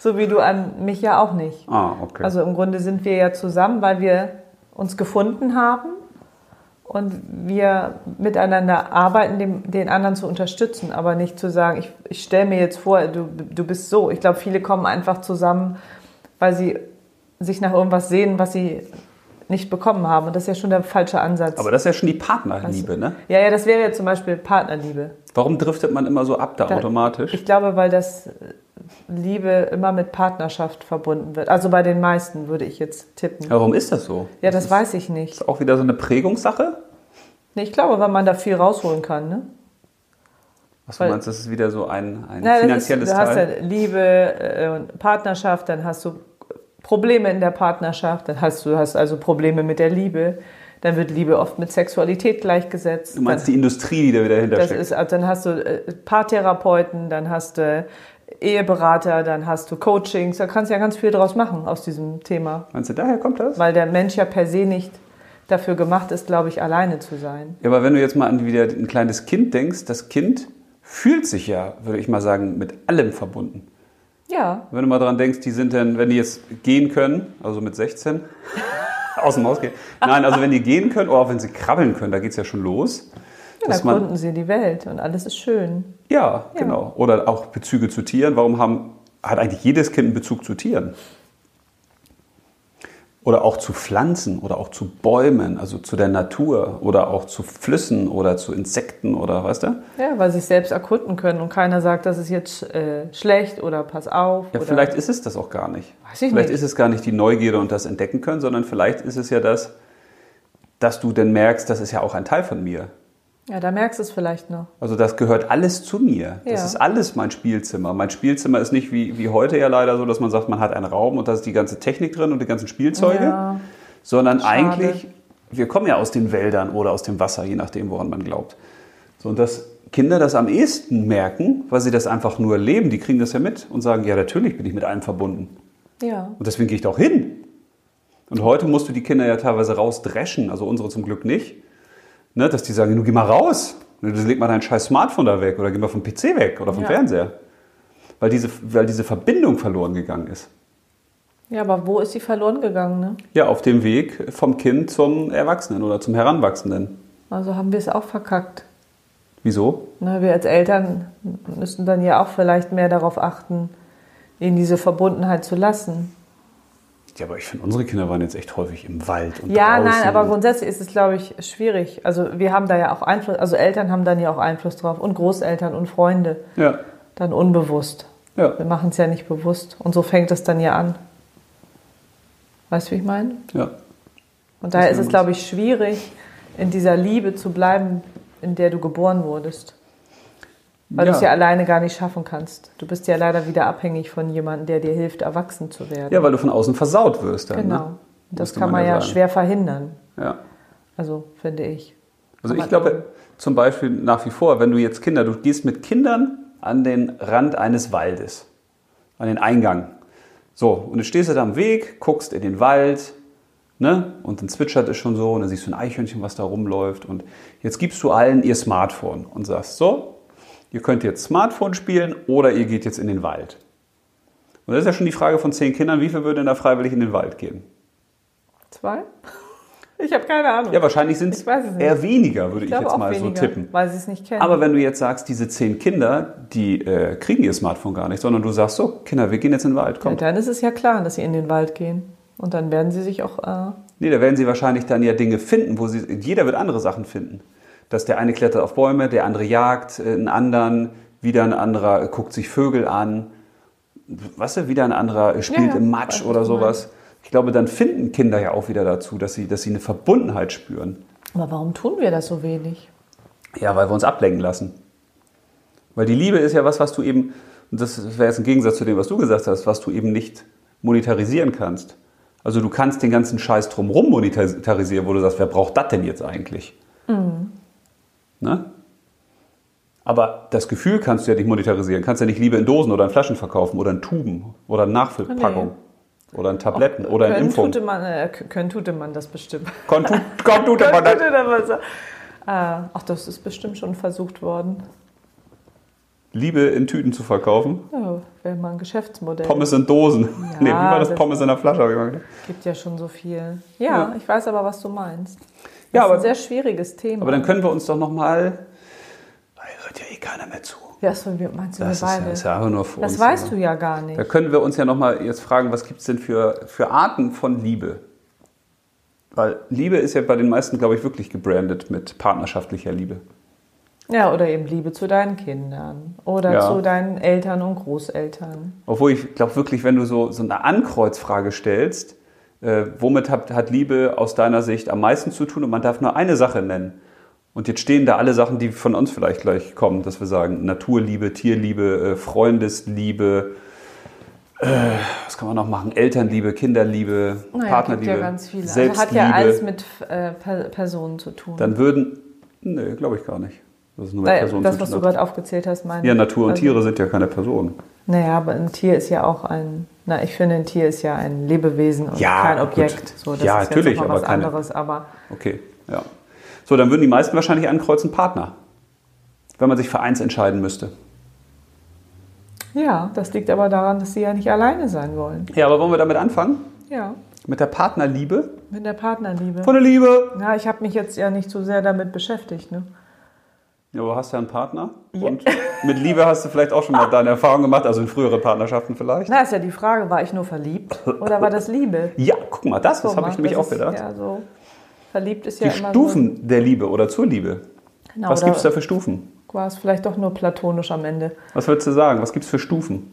So wie du an mich ja auch nicht. Ah, okay. Also im Grunde sind wir ja zusammen, weil wir uns gefunden haben und wir miteinander arbeiten, dem, den anderen zu unterstützen, aber nicht zu sagen, ich, ich stelle mir jetzt vor, du, du bist so. Ich glaube, viele kommen einfach zusammen, weil sie sich nach irgendwas sehen, was sie nicht bekommen haben. Und das ist ja schon der falsche Ansatz. aber das ist ja schon die Partnerliebe, ne? ja, ja, das wäre ja zum Beispiel Partnerliebe. Warum driftet man immer so ab da, Da- automatisch? Ich glaube, weil das Liebe immer mit Partnerschaft verbunden wird. Also bei den meisten würde ich jetzt tippen. Ja, warum ist das so? Ja, das weiß ich nicht. Ist auch wieder so eine Prägungssache? Nee, ich glaube, weil man da viel rausholen kann. Ne? Was du Weil- meinst, das ist wieder so ein, ein Na, das finanzielles ist, du hast Teil. ja Liebe äh, und Partnerschaft, dann hast du Probleme in der Partnerschaft, dann hast du hast also Probleme mit der Liebe. Dann wird Liebe oft mit Sexualität gleichgesetzt. Du meinst die Industrie, die da wieder dann, das hintersteckt. ist, also dann hast du äh, Paartherapeuten, dann hast du Eheberater, dann hast du Coachings. Da kannst du ja ganz viel draus machen aus diesem Thema. Meinst du, daher kommt das? Weil der Mensch ja per se nicht dafür gemacht ist, glaube ich, alleine zu sein. Ja, aber wenn du jetzt mal an wieder ein kleines Kind denkst, das Kind fühlt sich ja, würde ich mal sagen, mit allem verbunden. Ja, Wenn du mal dran denkst, die sind dann, wenn die jetzt gehen können, also mit 16, aus dem Haus gehen. Nein, also wenn die gehen können, oder auch wenn sie krabbeln können, da geht es ja schon los. ja da dass man, gründen sie die Welt und alles ist schön. ja, genau. Oder auch Bezüge zu Tieren. Warum haben, hat eigentlich jedes Kind einen Bezug zu Tieren? Oder auch zu Pflanzen oder auch zu Bäumen, also zu der Natur oder auch zu Flüssen oder zu Insekten oder weißt du? Ja, weil sie es selbst erkunden können und keiner sagt, das ist jetzt äh, schlecht oder pass auf. Ja, oder vielleicht ist es das auch gar nicht. Weiß ich vielleicht nicht. ist es gar nicht die Neugierde und das Entdecken können, sondern vielleicht ist es ja das, dass du dann merkst, das ist ja auch ein Teil von mir. ja da merkst du es vielleicht noch. Also das gehört alles zu mir. Das Ja. ist alles mein Spielzimmer. Mein Spielzimmer ist nicht wie, wie heute ja leider so, dass man sagt, man hat einen Raum und da ist die ganze Technik drin und die ganzen Spielzeuge, Ja. sondern Schade. eigentlich, wir kommen ja aus den Wäldern oder aus dem Wasser, je nachdem, woran man glaubt. So, und dass Kinder das am ehesten merken, weil sie das einfach nur erleben, die kriegen das ja mit und sagen, ja, natürlich bin ich mit allem verbunden. Ja. Und deswegen gehe ich da auch hin. Und heute musst du die Kinder ja teilweise rausdreschen, also unsere zum Glück nicht, ne, dass die sagen, nun geh mal raus, Ne, das leg mal dein scheiß Smartphone da weg oder geh mal vom PC weg oder vom Ja. Fernseher. Weil diese, weil diese Verbindung verloren gegangen ist. Ja, aber wo ist sie verloren gegangen? Ne? Ja, auf dem Weg vom Kind zum Erwachsenen oder zum Heranwachsenden. Also haben wir es auch verkackt. Wieso? Ne, wir als Eltern müssten dann ja auch vielleicht mehr darauf achten, ihnen diese Verbundenheit zu lassen. Ja, aber ich finde, unsere Kinder waren jetzt echt häufig im Wald und Ja, draußen. nein, aber grundsätzlich ist es, glaube ich, schwierig. Also wir haben da ja auch Einfluss, also Eltern haben dann ja auch Einfluss drauf und Großeltern und Freunde Ja, dann unbewusst. ja, Wir machen es ja nicht bewusst und so fängt es dann ja an. Weißt du, wie ich meine? ja. Und daher Das ist es, wäre glaube ich, schwierig, in dieser Liebe zu bleiben, in der du geboren wurdest. Weil du es ja alleine gar nicht schaffen kannst. Du bist ja leider wieder abhängig von jemandem, der dir hilft, erwachsen zu werden. ja, weil du von außen versaut wirst dann. genau. Ne? Das Musste kann man ja ja sagen. schwer verhindern. Ja. Also, finde ich. Also Aber- ich glaube zum Beispiel nach wie vor, wenn du jetzt Kinder, du gehst mit Kindern an den Rand eines Waldes, an den Eingang. So, und jetzt stehst du da am Weg, guckst in den Wald, ne? Und dann zwitschert es schon so und dann siehst du ein Eichhörnchen, was da rumläuft. Und jetzt gibst du allen ihr Smartphone und sagst so, ihr könnt jetzt Smartphone spielen oder ihr geht jetzt in den Wald. Und das ist ja schon die Frage von zehn Kindern, wie viel würde denn da freiwillig in den Wald gehen? Zwei? Ich habe keine Ahnung. Ja, wahrscheinlich sind es Ich weiß es nicht. eher weniger, würde ich, glaube jetzt auch mal weniger, so tippen. Weil sie es nicht kennen. Aber wenn du jetzt sagst, diese zehn Kinder, die äh, kriegen ihr Smartphone gar nicht, sondern du sagst so, Kinder, wir gehen jetzt in den Wald, ja, kommt. dann ist es ja klar, dass sie in den Wald gehen. Und dann werden sie sich auch. Äh, Nee, da werden sie wahrscheinlich dann ja Dinge finden, wo sie, jeder wird andere Sachen finden. Dass der eine klettert auf Bäume, der andere jagt, äh, einen anderen, wieder ein anderer äh, guckt sich Vögel an, weißt du, wieder ein anderer äh, spielt Ja, im weiß, Matsch was oder du sowas. Ich glaube, dann finden Kinder ja auch wieder dazu, dass sie, dass sie eine Verbundenheit spüren. aber warum tun wir das so wenig? Ja, weil wir uns ablenken lassen. Weil die Liebe ist ja was, was du eben, und das wäre jetzt ein Gegensatz zu dem, was du gesagt hast, was du eben nicht monetarisieren kannst. Also du kannst den ganzen Scheiß drumherum monetarisieren, wo du sagst, wer braucht das denn jetzt eigentlich? Mhm. Ne? Aber das Gefühl kannst du ja nicht monetarisieren. Kannst ja nicht Liebe in Dosen oder in Flaschen verkaufen oder in Tuben oder in Nachfüllpackungen oder in Tabletten oder in können, Impfungen. tute man, äh, können tute man das bestimmt. Kontu- Kontu- Können Kontu- tute man das. Äh, ach, das ist bestimmt schon versucht worden. Liebe in Tüten zu verkaufen. Ja, wäre mal ein Geschäftsmodell. Pommes in Dosen. Ja, nee, wie war das? das- Pommes in der Flasche. hab ich mal gedacht. Gibt ja schon so viel. Ja, Ja. ich weiß aber, was du meinst. Das Ja, ist aber- ein sehr schwieriges Thema. Aber dann können wir uns doch nochmal. Da hört ja eh keiner mehr zu. ja, das von mir- meinst du Das ist wir ja, beide? ist ja einfach nur für das uns. weißt ja. du ja gar nicht. Da können wir uns ja nochmal jetzt fragen, was gibt es denn für, für Arten von Liebe? Weil Liebe ist ja bei den meisten, glaube ich, wirklich gebrandet mit partnerschaftlicher Liebe. Ja, oder eben Liebe zu deinen Kindern oder Ja. zu deinen Eltern und Großeltern. Obwohl ich glaube wirklich, wenn du so, so eine Ankreuzfrage stellst, äh, womit hat, hat Liebe aus deiner Sicht am meisten zu tun und man darf nur eine Sache nennen. Und jetzt stehen da alle Sachen, die von uns vielleicht gleich kommen, dass wir sagen, Naturliebe, Tierliebe, äh, Freundesliebe, äh, was kann man noch machen? Elternliebe, Kinderliebe, Naja, gibt Partnerliebe, ja ganz viele. Also hat Selbstliebe. ja alles mit äh, Per- Personen zu tun. Dann würden, nee, glaube ich gar nicht. Das ist nur mit Weil Personen das, zu was du tun hat. gerade aufgezählt hast, meine Ja, Natur und also- Tiere sind ja keine Personen. Naja, aber ein Tier ist ja auch ein, na, ich finde, ein Tier ist ja ein Lebewesen und Ja, kein gut. Objekt. So, das Ja, ist natürlich, jetzt noch mal aber was keine- anderes, aber Okay, ja. So, dann würden die meisten wahrscheinlich ankreuzen Partner, wenn man sich für eins entscheiden müsste. ja, das liegt aber daran, dass sie ja nicht alleine sein wollen. Ja, aber wollen wir damit anfangen? Ja, Mit der Partnerliebe? mit der Partnerliebe. Von der Liebe! Na, ich habe mich jetzt ja nicht so sehr damit beschäftigt, ne? Ja, aber hast ja einen Partner. Und mit Liebe hast du vielleicht auch schon mal deine Erfahrung gemacht, also in früheren Partnerschaften vielleicht. Na, ist ja die Frage, war ich nur verliebt oder war das Liebe? Ja, guck mal, das, das So, habe Oh Mann, ich nämlich das auch ist gedacht. Ja, so, verliebt ist ja die immer Stufen der Liebe oder zur Liebe. so. Genau, Was oder gibt es da für Stufen? War es vielleicht doch nur platonisch am Ende. Was würdest du sagen? Was gibt es für Stufen?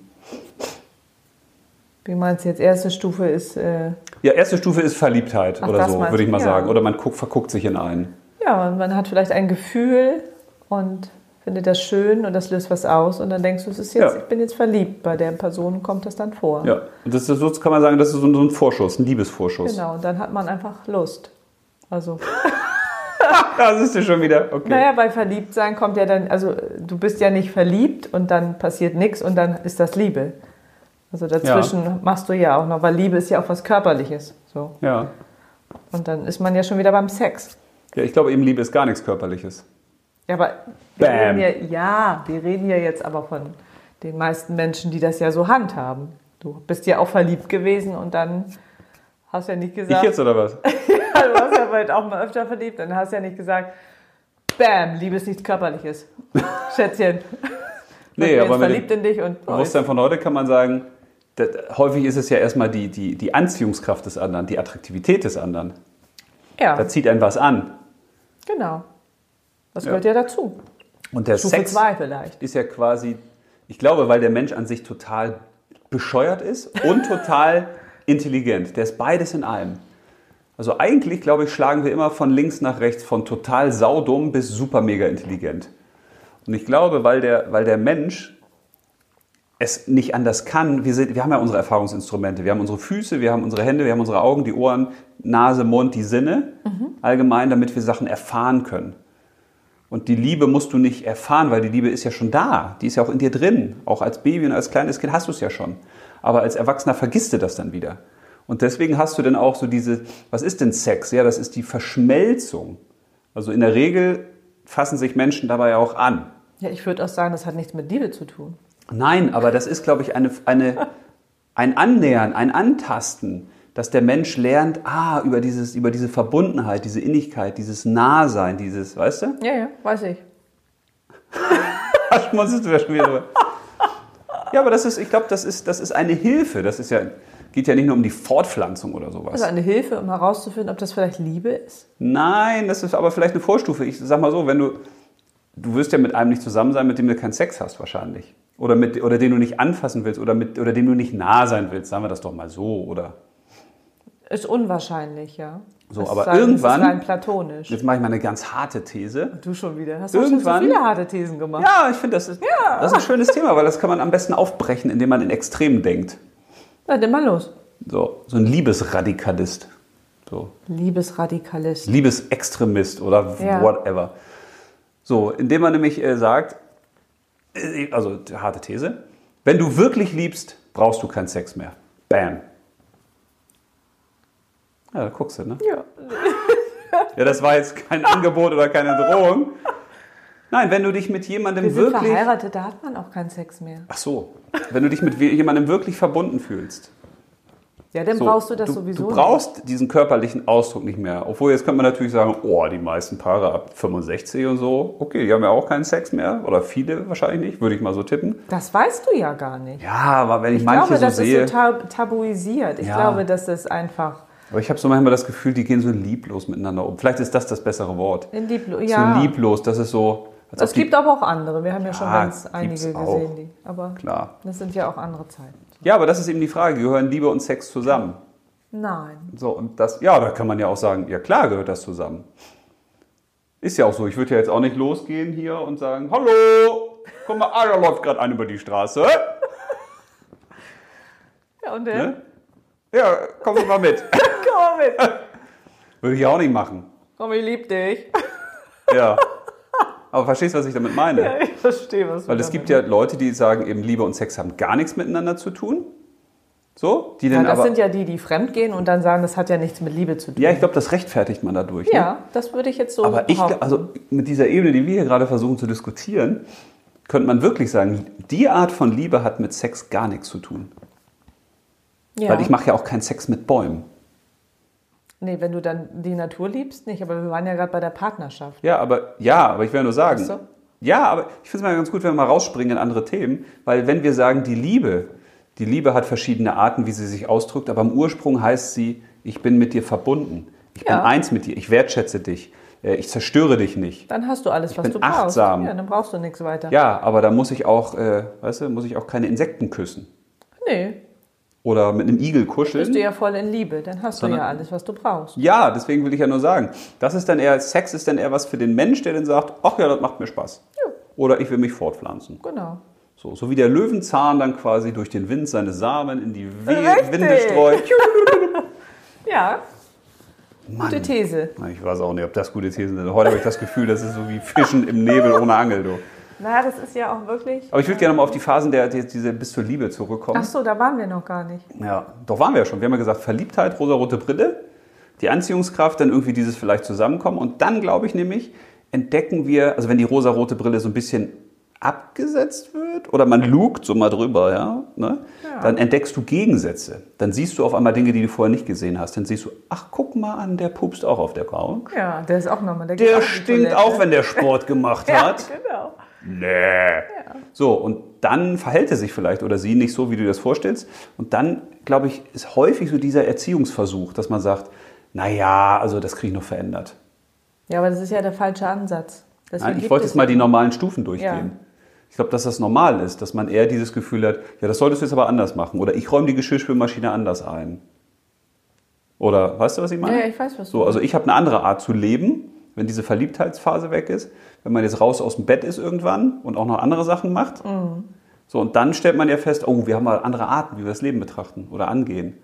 Wie meinst du jetzt? Erste Stufe ist, äh, Ja, erste Stufe ist Verliebtheit Ach, oder das so, meinst würde ich du, mal ja. sagen. Oder man guckt, verguckt sich in einen. ja, man hat vielleicht ein Gefühl und findet das schön und das löst was aus und dann denkst du, es ist jetzt, Ja. ich bin jetzt verliebt. Bei der Person kommt das dann vor. Ja, und das ist, so kann man sagen, das ist so ein so ein Vorschuss, ein Liebesvorschuss. Genau, und dann hat man einfach Lust. Also, Das ist ja schon wieder. Okay. naja, bei Verliebtsein kommt ja dann, also äh, du bist ja nicht verliebt und dann passiert nichts und dann ist das Liebe. Also dazwischen machst du ja auch noch, weil Liebe ist ja auch was Körperliches. So. Ja. Und dann ist man ja schon wieder beim Sex. ja, ich glaube eben, Liebe ist gar nichts Körperliches. Ja, aber wir Bam. reden ja, ja, wir reden ja jetzt aber von den meisten Menschen, die das ja so handhaben. Du bist ja auch verliebt gewesen und dann hast ja nicht Ich gesagt, jetzt oder was? du warst ja vielleicht auch mal öfter verliebt und hast ja nicht gesagt, Bam, Liebe ist nichts Körperliches. Schätzchen. ich Nee, aber bin jetzt mit verliebt dem in dich und Bewusstsein von heute kann man sagen, das, häufig ist es ja erstmal die, die, die Anziehungskraft des anderen, die Attraktivität des anderen. Da ja, zieht einen was an. genau. Das Ja. gehört ja dazu. Und der Stufe Sex 2 vielleicht. ist ja quasi, ich glaube, weil der Mensch an sich total bescheuert ist und total intelligent. Der ist beides in einem. Also eigentlich, glaube ich, schlagen wir immer von links nach rechts, von total saudumm bis super mega intelligent. Und ich glaube, weil der, weil der Mensch es nicht anders kann, wir, sind, wir haben ja unsere Erfahrungsinstrumente, wir haben unsere Füße, wir haben unsere Hände, wir haben unsere Augen, die Ohren, Nase, Mund, die Sinne, allgemein, damit wir Sachen erfahren können. Und die Liebe musst du nicht erfahren, weil die Liebe ist ja schon da. Die ist ja auch in dir drin. Auch als Baby und als kleines Kind hast du es ja schon. Aber als Erwachsener vergisst du das dann wieder. Und deswegen hast du dann auch so diese, was ist denn Sex? Ja, das ist die Verschmelzung. Also in der Regel fassen sich Menschen dabei ja auch an. Ja, ich würde auch sagen, das hat nichts mit Liebe zu tun. Nein, aber das ist, glaube ich, eine, eine, ein Annähern, ein Antasten, dass der Mensch lernt, ah, über, dieses, über diese Verbundenheit, diese Innigkeit, dieses Nahsein, dieses, weißt du? Ja, ja, weiß ich. Schmunzelst du ja schon wieder drüber. Ja, aber das ist, ich glaube, das ist, das ist eine Hilfe. Das ist ja, geht ja nicht nur um die Fortpflanzung oder sowas. Also eine Hilfe, um herauszufinden, ob das vielleicht Liebe ist. Nein, das ist aber vielleicht eine Vorstufe. Ich sag mal so, wenn du, du wirst ja mit einem nicht zusammen sein, mit dem du keinen Sex hast wahrscheinlich. Oder, mit, oder den du nicht anfassen willst oder, mit, oder dem du nicht nah sein willst, sagen wir das doch mal so, oder? Ist unwahrscheinlich, ja. So, Das aber ist rein- das irgendwann- Ist rein platonisch. Jetzt mache ich mal eine ganz harte These. Du schon wieder. Hast du schon so Irgendwann- viele harte Thesen gemacht? Ja, ich finde, das, ist- das ist ein schönes Thema, weil das kann man am besten aufbrechen, indem man in Extremen denkt. Na, dann mal los. So, so ein Liebesradikalist. So, Liebesradikalist. Liebesextremist oder Ja. whatever. So, indem man nämlich äh, sagt, äh, also harte These, wenn du wirklich liebst, brauchst du keinen Sex mehr. Bam. Ja, da guckst du, ne? Ja. Ja, das war jetzt kein Angebot oder keine Drohung. Nein, wenn du dich mit jemandem Wir sind wirklich. verheiratet, da hat man auch keinen Sex mehr. Ach so, wenn du dich mit we- jemandem wirklich verbunden fühlst. Ja, dann So, brauchst du das sowieso Du brauchst diesen körperlichen Ausdruck nicht mehr. Obwohl, jetzt könnte man natürlich sagen, oh, die meisten Paare ab 65 und so, okay, die haben ja auch keinen Sex mehr. Oder viele wahrscheinlich nicht, würde ich mal so tippen. nicht. Das weißt du ja gar nicht. Ja, aber wenn ich, Ich manche glaube, so das sehe. ist so tab tabuisiert. Ich Ja. glaube, dass das einfach aber ich habe so manchmal das Gefühl, die gehen so lieblos miteinander um. Vielleicht ist das das bessere Wort. in Lieblo ja. So lieblos, das ist so. Als Es ob die- gibt aber auch andere. Wir haben ja, schon Ja, ganz einige gibt's auch. gesehen, die. Aber Klar. das sind ja auch andere Zeiten. Ja, aber das ist eben die Frage, gehören Liebe und Sex zusammen? Nein. So, und das, ja, da kann man ja auch sagen, ja klar gehört das zusammen. Ist ja auch so, ich würde ja jetzt auch nicht losgehen hier und sagen, hallo, guck mal, ah, da läuft gerade einer über die Straße. Ja, und der? Ne? Ja, komm doch mal mit. Komm mit. Würde ich ja auch nicht machen. Komm, ich lieb dich. Ja. Aber verstehst du, was ich damit meine? Ja, ich verstehe, was du Weil es damit gibt ja Leute, die sagen, eben Liebe und Sex haben gar nichts miteinander zu tun. So, die Ja, dann das aber. sind ja die, die fremdgehen und dann sagen, das hat ja nichts mit Liebe zu tun. ja, ich glaube, das rechtfertigt man dadurch. Ne? Ja, das würde ich jetzt so Aber ich, behaupten. also mit dieser Ebene, die wir hier gerade versuchen zu diskutieren, könnte man wirklich sagen, die Art von Liebe hat mit Sex gar nichts zu tun. ja. Weil ich mache ja auch keinen Sex mit Bäumen. nee, wenn du dann die Natur liebst, nicht. Aber wir waren ja gerade bei der Partnerschaft. Ja, aber ja, aber ich will nur sagen. Ach so. Ja, aber ich finde es mal ganz gut, wenn wir mal rausspringen in andere Themen, weil wenn wir sagen, die Liebe, die Liebe hat verschiedene Arten, wie sie sich ausdrückt, aber im Ursprung heißt sie, ich bin mit dir verbunden. Ich Ja. bin eins mit dir, ich wertschätze dich, äh, ich zerstöre dich nicht. Dann hast du alles, was bin du achtsam. brauchst. Ja, dann brauchst du nichts weiter. Ja, aber da muss ich auch, äh, weißt du, muss ich auch keine Insekten küssen Nee, oder mit einem Igel bist du kuscheln. ja voll in Liebe. Dann hast du Sondern- ja alles, was du brauchst. Ja, deswegen will ich ja nur sagen, das ist dann eher Sex ist dann eher was für den Mensch, der dann sagt, ach ja, das macht mir Spaß. Ja. Oder ich will mich fortpflanzen. Genau. So, so wie der Löwenzahn dann quasi durch den Wind seine Samen in die We Richtig. Winde streut. Ja, Mann. gute These. Na, Ich weiß auch nicht, ob das gute Thesen sind. Heute habe ich das Gefühl, das ist so wie Fischen im Nebel ohne Angel. Du. Na, das ist ja auch wirklich. Aber ich würde gerne mal auf die Phasen der, der diese bis zur Liebe zurückkommen. Ach so, da waren wir noch gar nicht. Ja, doch waren wir ja schon. Wir haben ja gesagt, Verliebtheit, rosarote Brille, die Anziehungskraft, dann irgendwie dieses vielleicht zusammenkommen. Und dann, glaube ich nämlich, entdecken wir, also wenn die rosarote Brille so ein bisschen abgesetzt wird oder man lugt so mal drüber, ja, ne? Ja. dann entdeckst du Gegensätze. Dann siehst du auf einmal Dinge, die du vorher nicht gesehen hast. Dann siehst du, ach, guck mal an, der pupst auch auf der Couch. Ja, der ist auch nochmal. Der, geht Der auf die stinkt Toilette. auch, wenn der Sport gemacht hat. Ja, genau. Nee. So, und dann verhält er sich vielleicht oder sie nicht so, wie du dir das vorstellst. Und dann, glaube ich, ist häufig so dieser Erziehungsversuch, dass man sagt, naja, also das kriege ich noch verändert. Ja, aber das ist ja der falsche Ansatz. Deswegen Nein, ich gibt wollte es jetzt mal die normalen Stufen durchgehen. Ja. Ich glaube, dass das normal ist, dass man eher dieses Gefühl hat, ja, das solltest du jetzt aber anders machen. Oder ich räume die Geschirrspülmaschine anders ein. Oder weißt du, was ich meine? Ja, ja, ich weiß, was du So, also ich habe eine andere Art zu leben, wenn diese Verliebtheitsphase weg ist, wenn man jetzt raus aus dem Bett ist irgendwann und auch noch andere Sachen macht. Mhm. So, und dann stellt man ja fest, oh, wir haben mal andere Arten, wie wir das Leben betrachten oder angehen.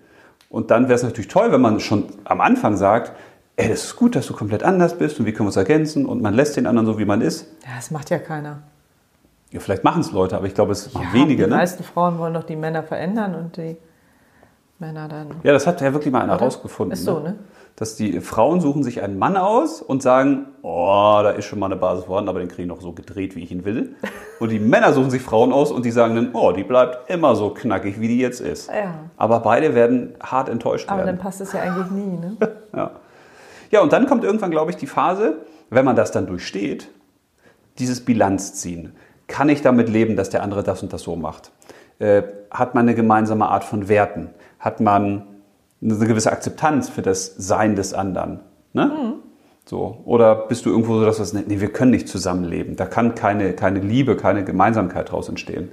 Und dann wäre es natürlich toll, wenn man schon am Anfang sagt, ey, das ist gut, dass du komplett anders bist und wir können uns ergänzen und man lässt den anderen so, wie man ist. Ja, das macht ja keiner. Ja, vielleicht machen es Leute, aber ich glaube, es machen ja, wenige. Die Ne? meisten Frauen wollen doch die Männer verändern und die Männer dann. Ja, das hat ja wirklich mal einer Oder? rausgefunden. Ist so, ne? Dass die Frauen suchen sich einen Mann aus und sagen, oh, da ist schon mal eine Basis vorhanden, aber den kriege ich noch so gedreht, wie ich ihn will. Und die Männer suchen sich Frauen aus und die sagen dann, oh, die bleibt immer so knackig, wie die jetzt ist. Ja. Aber beide werden hart enttäuscht Aber dann werden. passt es ja eigentlich nie, ne? Ja, und dann kommt irgendwann, glaube ich, die Phase, wenn man das dann durchsteht, dieses Bilanzziehen. Kann ich damit leben, dass der andere das und das so macht? Äh, hat man eine gemeinsame Art von Werten? Hat man eine gewisse Akzeptanz für das Sein des anderen? Ne? So. Oder bist du irgendwo so, dass du das, nee, wir können nicht zusammenleben. Da kann keine, keine Liebe, keine Gemeinsamkeit draus entstehen.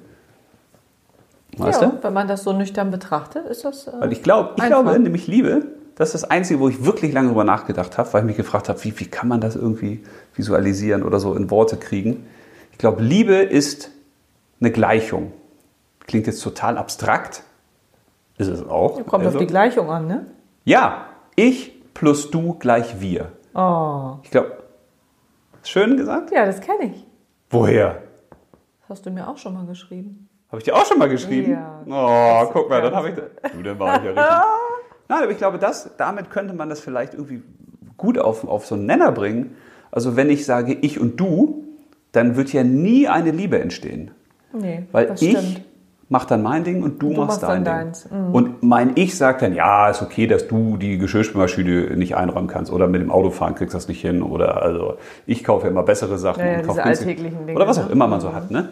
Weißt ja, du? Also? wenn man das so nüchtern betrachtet, ist das. äh, Weil ich, glaub, ich Einfach. glaube, nämlich Liebe, das ist das Einzige, wo ich wirklich lange drüber nachgedacht habe, weil ich mich gefragt habe, wie, wie kann man das irgendwie visualisieren oder so in Worte kriegen. Ich glaube, Liebe ist eine Gleichung. Klingt jetzt total abstrakt. Ist es auch. kommt Also- auf die Gleichung an, ne? ja, ich plus du gleich wir. Oh. Ich glaube, schön gesagt. Ja, das kenne ich. Woher? Das hast du mir auch schon mal geschrieben. Habe ich dir auch schon mal geschrieben? Ja. Oh, Das- guck mal, dann ja, habe ich. da- Du, dann war ich ja richtig. Nein, aber ich glaube, das, damit könnte man das vielleicht irgendwie gut auf, auf so einen Nenner bringen. Also, wenn ich sage ich und du, dann wird ja nie eine Liebe entstehen. Nee, Weil das ich stimmt. mach dann mein Ding und du, Du machst, machst dann dein deins. Mhm. Ding. Und mein Ich sagt dann, ja, ist okay, dass du die Geschirrspülmaschine nicht einräumen kannst oder mit dem Auto fahren kriegst das nicht hin oder also ich kaufe immer bessere Sachen Ja, ja, und kaufe diese günstig- alltäglichen Dinge, oder was auch ne? immer man so hat. Ne?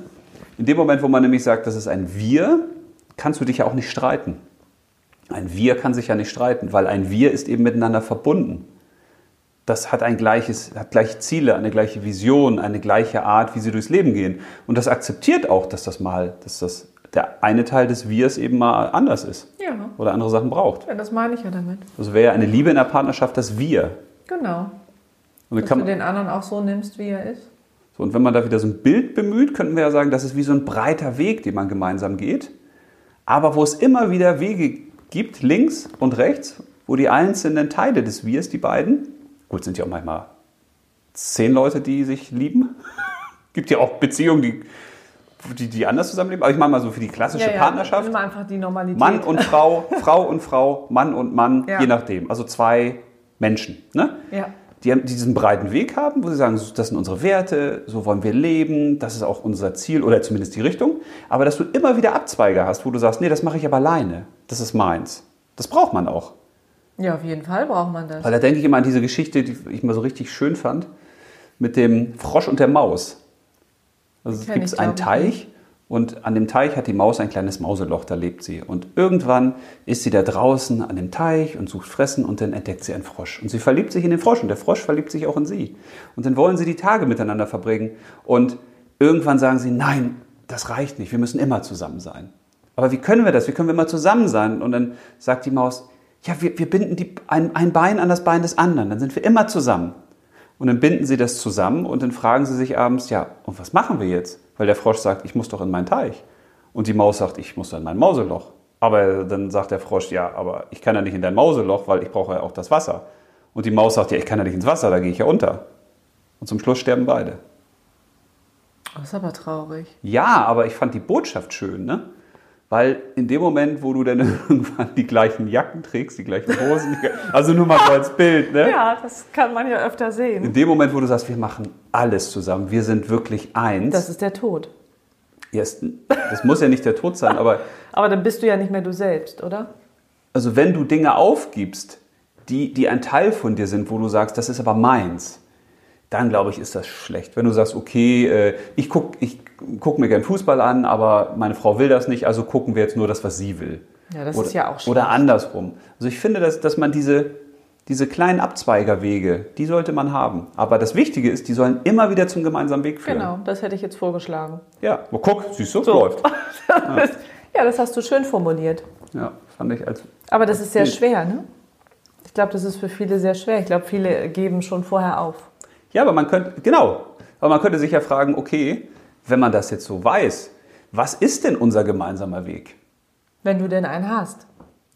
In dem Moment, wo man nämlich sagt, das ist ein Wir, kannst du dich ja auch nicht streiten. Ein Wir kann sich ja nicht streiten, weil ein Wir ist eben miteinander verbunden. Das hat ein gleiches, hat gleiche Ziele, eine gleiche Vision, eine gleiche Art, wie sie durchs Leben gehen. Und das akzeptiert auch, dass das mal, dass das der eine Teil des Wirs eben mal anders ist Ja. genau. oder andere Sachen braucht. ja, das meine ich ja damit. Also wäre ja eine Liebe in der Partnerschaft das Wir. Genau. Und, dann Dass kann du man, den anderen auch so nimmst, wie er ist. so, und wenn man da wieder so ein Bild bemüht, könnten wir ja sagen, das ist wie so ein breiter Weg, den man gemeinsam geht. Aber wo es immer wieder Wege gibt, links und rechts, wo die einzelnen Teile des Wirs, die beiden, gut, sind ja auch manchmal zehn Leute, die sich lieben. gibt ja auch Beziehungen, die, die, die anders zusammenleben. Aber ich meine mal so für die klassische Partnerschaft. Immer einfach die Normalität. Mann und Frau, Frau und Frau, Mann und Mann, Ja. je nachdem. Also zwei Menschen, ne? Ja. Die haben die diesen breiten Weg haben, wo sie sagen, so, das sind unsere Werte, so wollen wir leben, das ist auch unser Ziel oder zumindest die Richtung. Aber dass du immer wieder Abzweiger hast, wo du sagst, nee, das mache ich aber alleine, das ist meins. Das braucht man auch. ja, auf jeden Fall braucht man das. Weil da denke ich immer an diese Geschichte, die ich mal so richtig schön fand, mit dem Frosch und der Maus. Also es Kenn gibt ich, einen glaub ich, Teich und an dem Teich hat die Maus ein kleines Mauseloch, da lebt sie. Und irgendwann ist sie da draußen an dem Teich und sucht Fressen und dann entdeckt sie einen Frosch. Und sie verliebt sich in den Frosch und der Frosch verliebt sich auch in sie. Und dann wollen sie die Tage miteinander verbringen. Und irgendwann sagen sie, nein, das reicht nicht, wir müssen immer zusammen sein. Aber wie können wir das? Wie können wir immer zusammen sein? Und dann sagt die Maus, ja, wir, wir binden die, ein, ein Bein an das Bein des anderen, dann sind wir immer zusammen. Und dann binden sie das zusammen und dann fragen sie sich abends, ja, und was machen wir jetzt? Weil der Frosch sagt, ich muss doch in meinen Teich. Und die Maus sagt, ich muss doch in mein Mauseloch. Aber dann sagt der Frosch, ja, aber ich kann ja nicht in dein Mauseloch, weil ich brauche ja auch das Wasser. Und die Maus sagt, ja, ich kann ja nicht ins Wasser, da gehe ich ja unter. Und zum Schluss sterben beide. Das ist aber traurig. Ja, aber ich fand die Botschaft schön, ne? Weil in dem Moment, wo du dann irgendwann die gleichen Jacken trägst, die gleichen Hosen, die, gleichen- also nur mal so als Bild, ne? Ja, das kann man ja öfter sehen. In dem Moment, wo du sagst, wir machen alles zusammen, wir sind wirklich eins. Das ist der Tod. Ja, es- das muss ja nicht der Tod sein, aber Aber dann bist du ja nicht mehr du selbst, oder? also wenn du Dinge aufgibst, die, die ein Teil von dir sind, wo du sagst, das ist aber meins, dann glaube ich, ist das schlecht. Wenn du sagst, okay, äh, ich gucke ich guck mir gern Fußball an, aber meine Frau will das nicht, also gucken wir jetzt nur das, was sie will. Ja, das oder, ist ja auch schlecht. Oder andersrum. Also ich finde, dass, dass man diese, diese kleinen Abzweigerwege, die sollte man haben. Aber das Wichtige ist, die sollen immer wieder zum gemeinsamen Weg führen. Genau, das hätte ich jetzt vorgeschlagen. Ja, oh, guck, siehst du, So. läuft. Ja, das hast du schön formuliert. Ja, fand ich als Aber das ist sehr Bild. schwer, ne? Ich glaube, das ist für viele sehr schwer. Ich glaube, viele geben schon vorher auf. Ja, aber man könnte, genau, aber man könnte sich ja fragen, okay, wenn man das jetzt so weiß, was ist denn unser gemeinsamer Weg? Wenn du denn einen hast.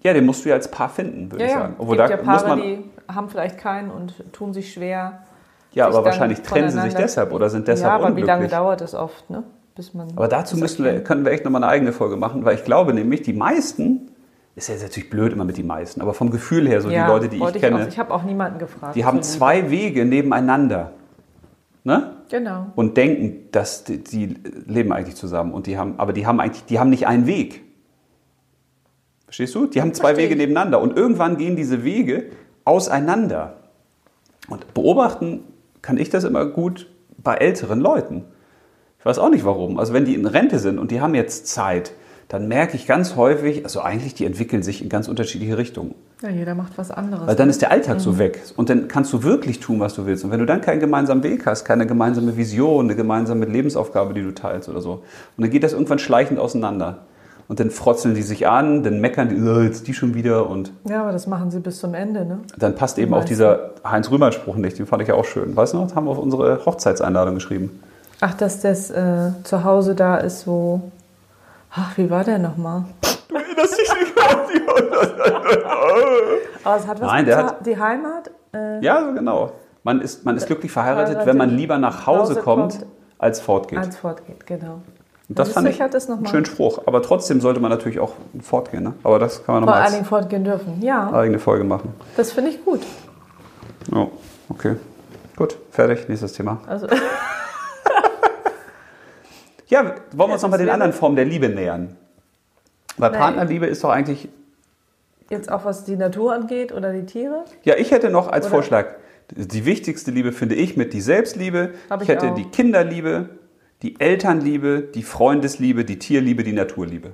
Ja, den musst du ja als Paar finden, würde ich sagen. Es gibt ja Paare, muss man, die haben vielleicht keinen und tun sich schwer. Ja, sich aber dann voneinander. trennen sie sich voneinander- deshalb oder sind deshalb ja, aber wie unglücklich. lange dauert es oft, ne? Bis man aber dazu das müssen wir, erkennt. können wir echt nochmal eine eigene Folge machen, weil ich glaube nämlich, die meisten, ist ja jetzt natürlich blöd immer mit die meisten, aber vom Gefühl her, so ja, die Leute, die ich wollte kenne, Auch, ich habe auch niemanden gefragt. die haben So, zwei Wege nebeneinander. Ne? Genau. und denken, dass die, die leben eigentlich zusammen und die haben, aber die haben eigentlich, die haben nicht einen Weg. Verstehst du? Die haben zwei Verstehe Wege ich. nebeneinander und irgendwann gehen diese Wege auseinander. Und beobachten kann ich das immer gut bei älteren Leuten. Ich weiß auch nicht warum. Also wenn die in Rente sind und die haben jetzt Zeit, dann merke ich ganz häufig, also eigentlich die entwickeln sich in ganz unterschiedliche Richtungen. Ja, jeder macht was anderes. Weil dann ist der Alltag so weg und dann kannst du wirklich tun, was du willst. Und wenn du dann keinen gemeinsamen Weg hast, keine gemeinsame Vision, eine gemeinsame Lebensaufgabe, die du teilst oder so, und dann geht das irgendwann schleichend auseinander. Und dann frotzeln die sich an, dann meckern die, "Oh, jetzt die schon wieder und ja, aber das machen sie bis zum Ende, ne? dann passt eben auch Weißt du. dieser Heinz-Rühmann-Spruch nicht, den fand ich ja auch schön. Weißt du noch, das haben wir auf unsere Hochzeitseinladung geschrieben. Ach, dass das äh, zu Hause da ist, wo. Ach, wie war der nochmal? Du erinnerst dich nicht Aber es hat was Nein, mit der Zuha- hat- die Heimat. Äh, Ja, so genau. Man ist, man ist glücklich verheiratet, Verheiratet, wenn man lieber nach Hause Hause kommt, kommt. als fortgeht. Als fortgeht, genau. Und das Also fand Zürich ich hat das noch einen mal. schönen Spruch. Aber trotzdem sollte man natürlich auch fortgehen. Ne? Aber das kann man Vor nochmal allen als Ah. Dingen fortgehen dürfen. Ja, eigene Folge machen. das finde ich gut. Ja, okay. Gut, fertig. Nächstes Thema. Also, Ja, wollen wir uns nochmal den das wäre- anderen Formen der Liebe nähern? Weil Nein. Partnerliebe ist doch eigentlich... jetzt auch was die Natur angeht oder die Tiere. Ja, ich hätte noch als Oder- Vorschlag, die wichtigste Liebe finde ich mit die Selbstliebe. Hab ich hätte auch. die Kinderliebe, die Elternliebe, die Freundesliebe, die Tierliebe, die Naturliebe.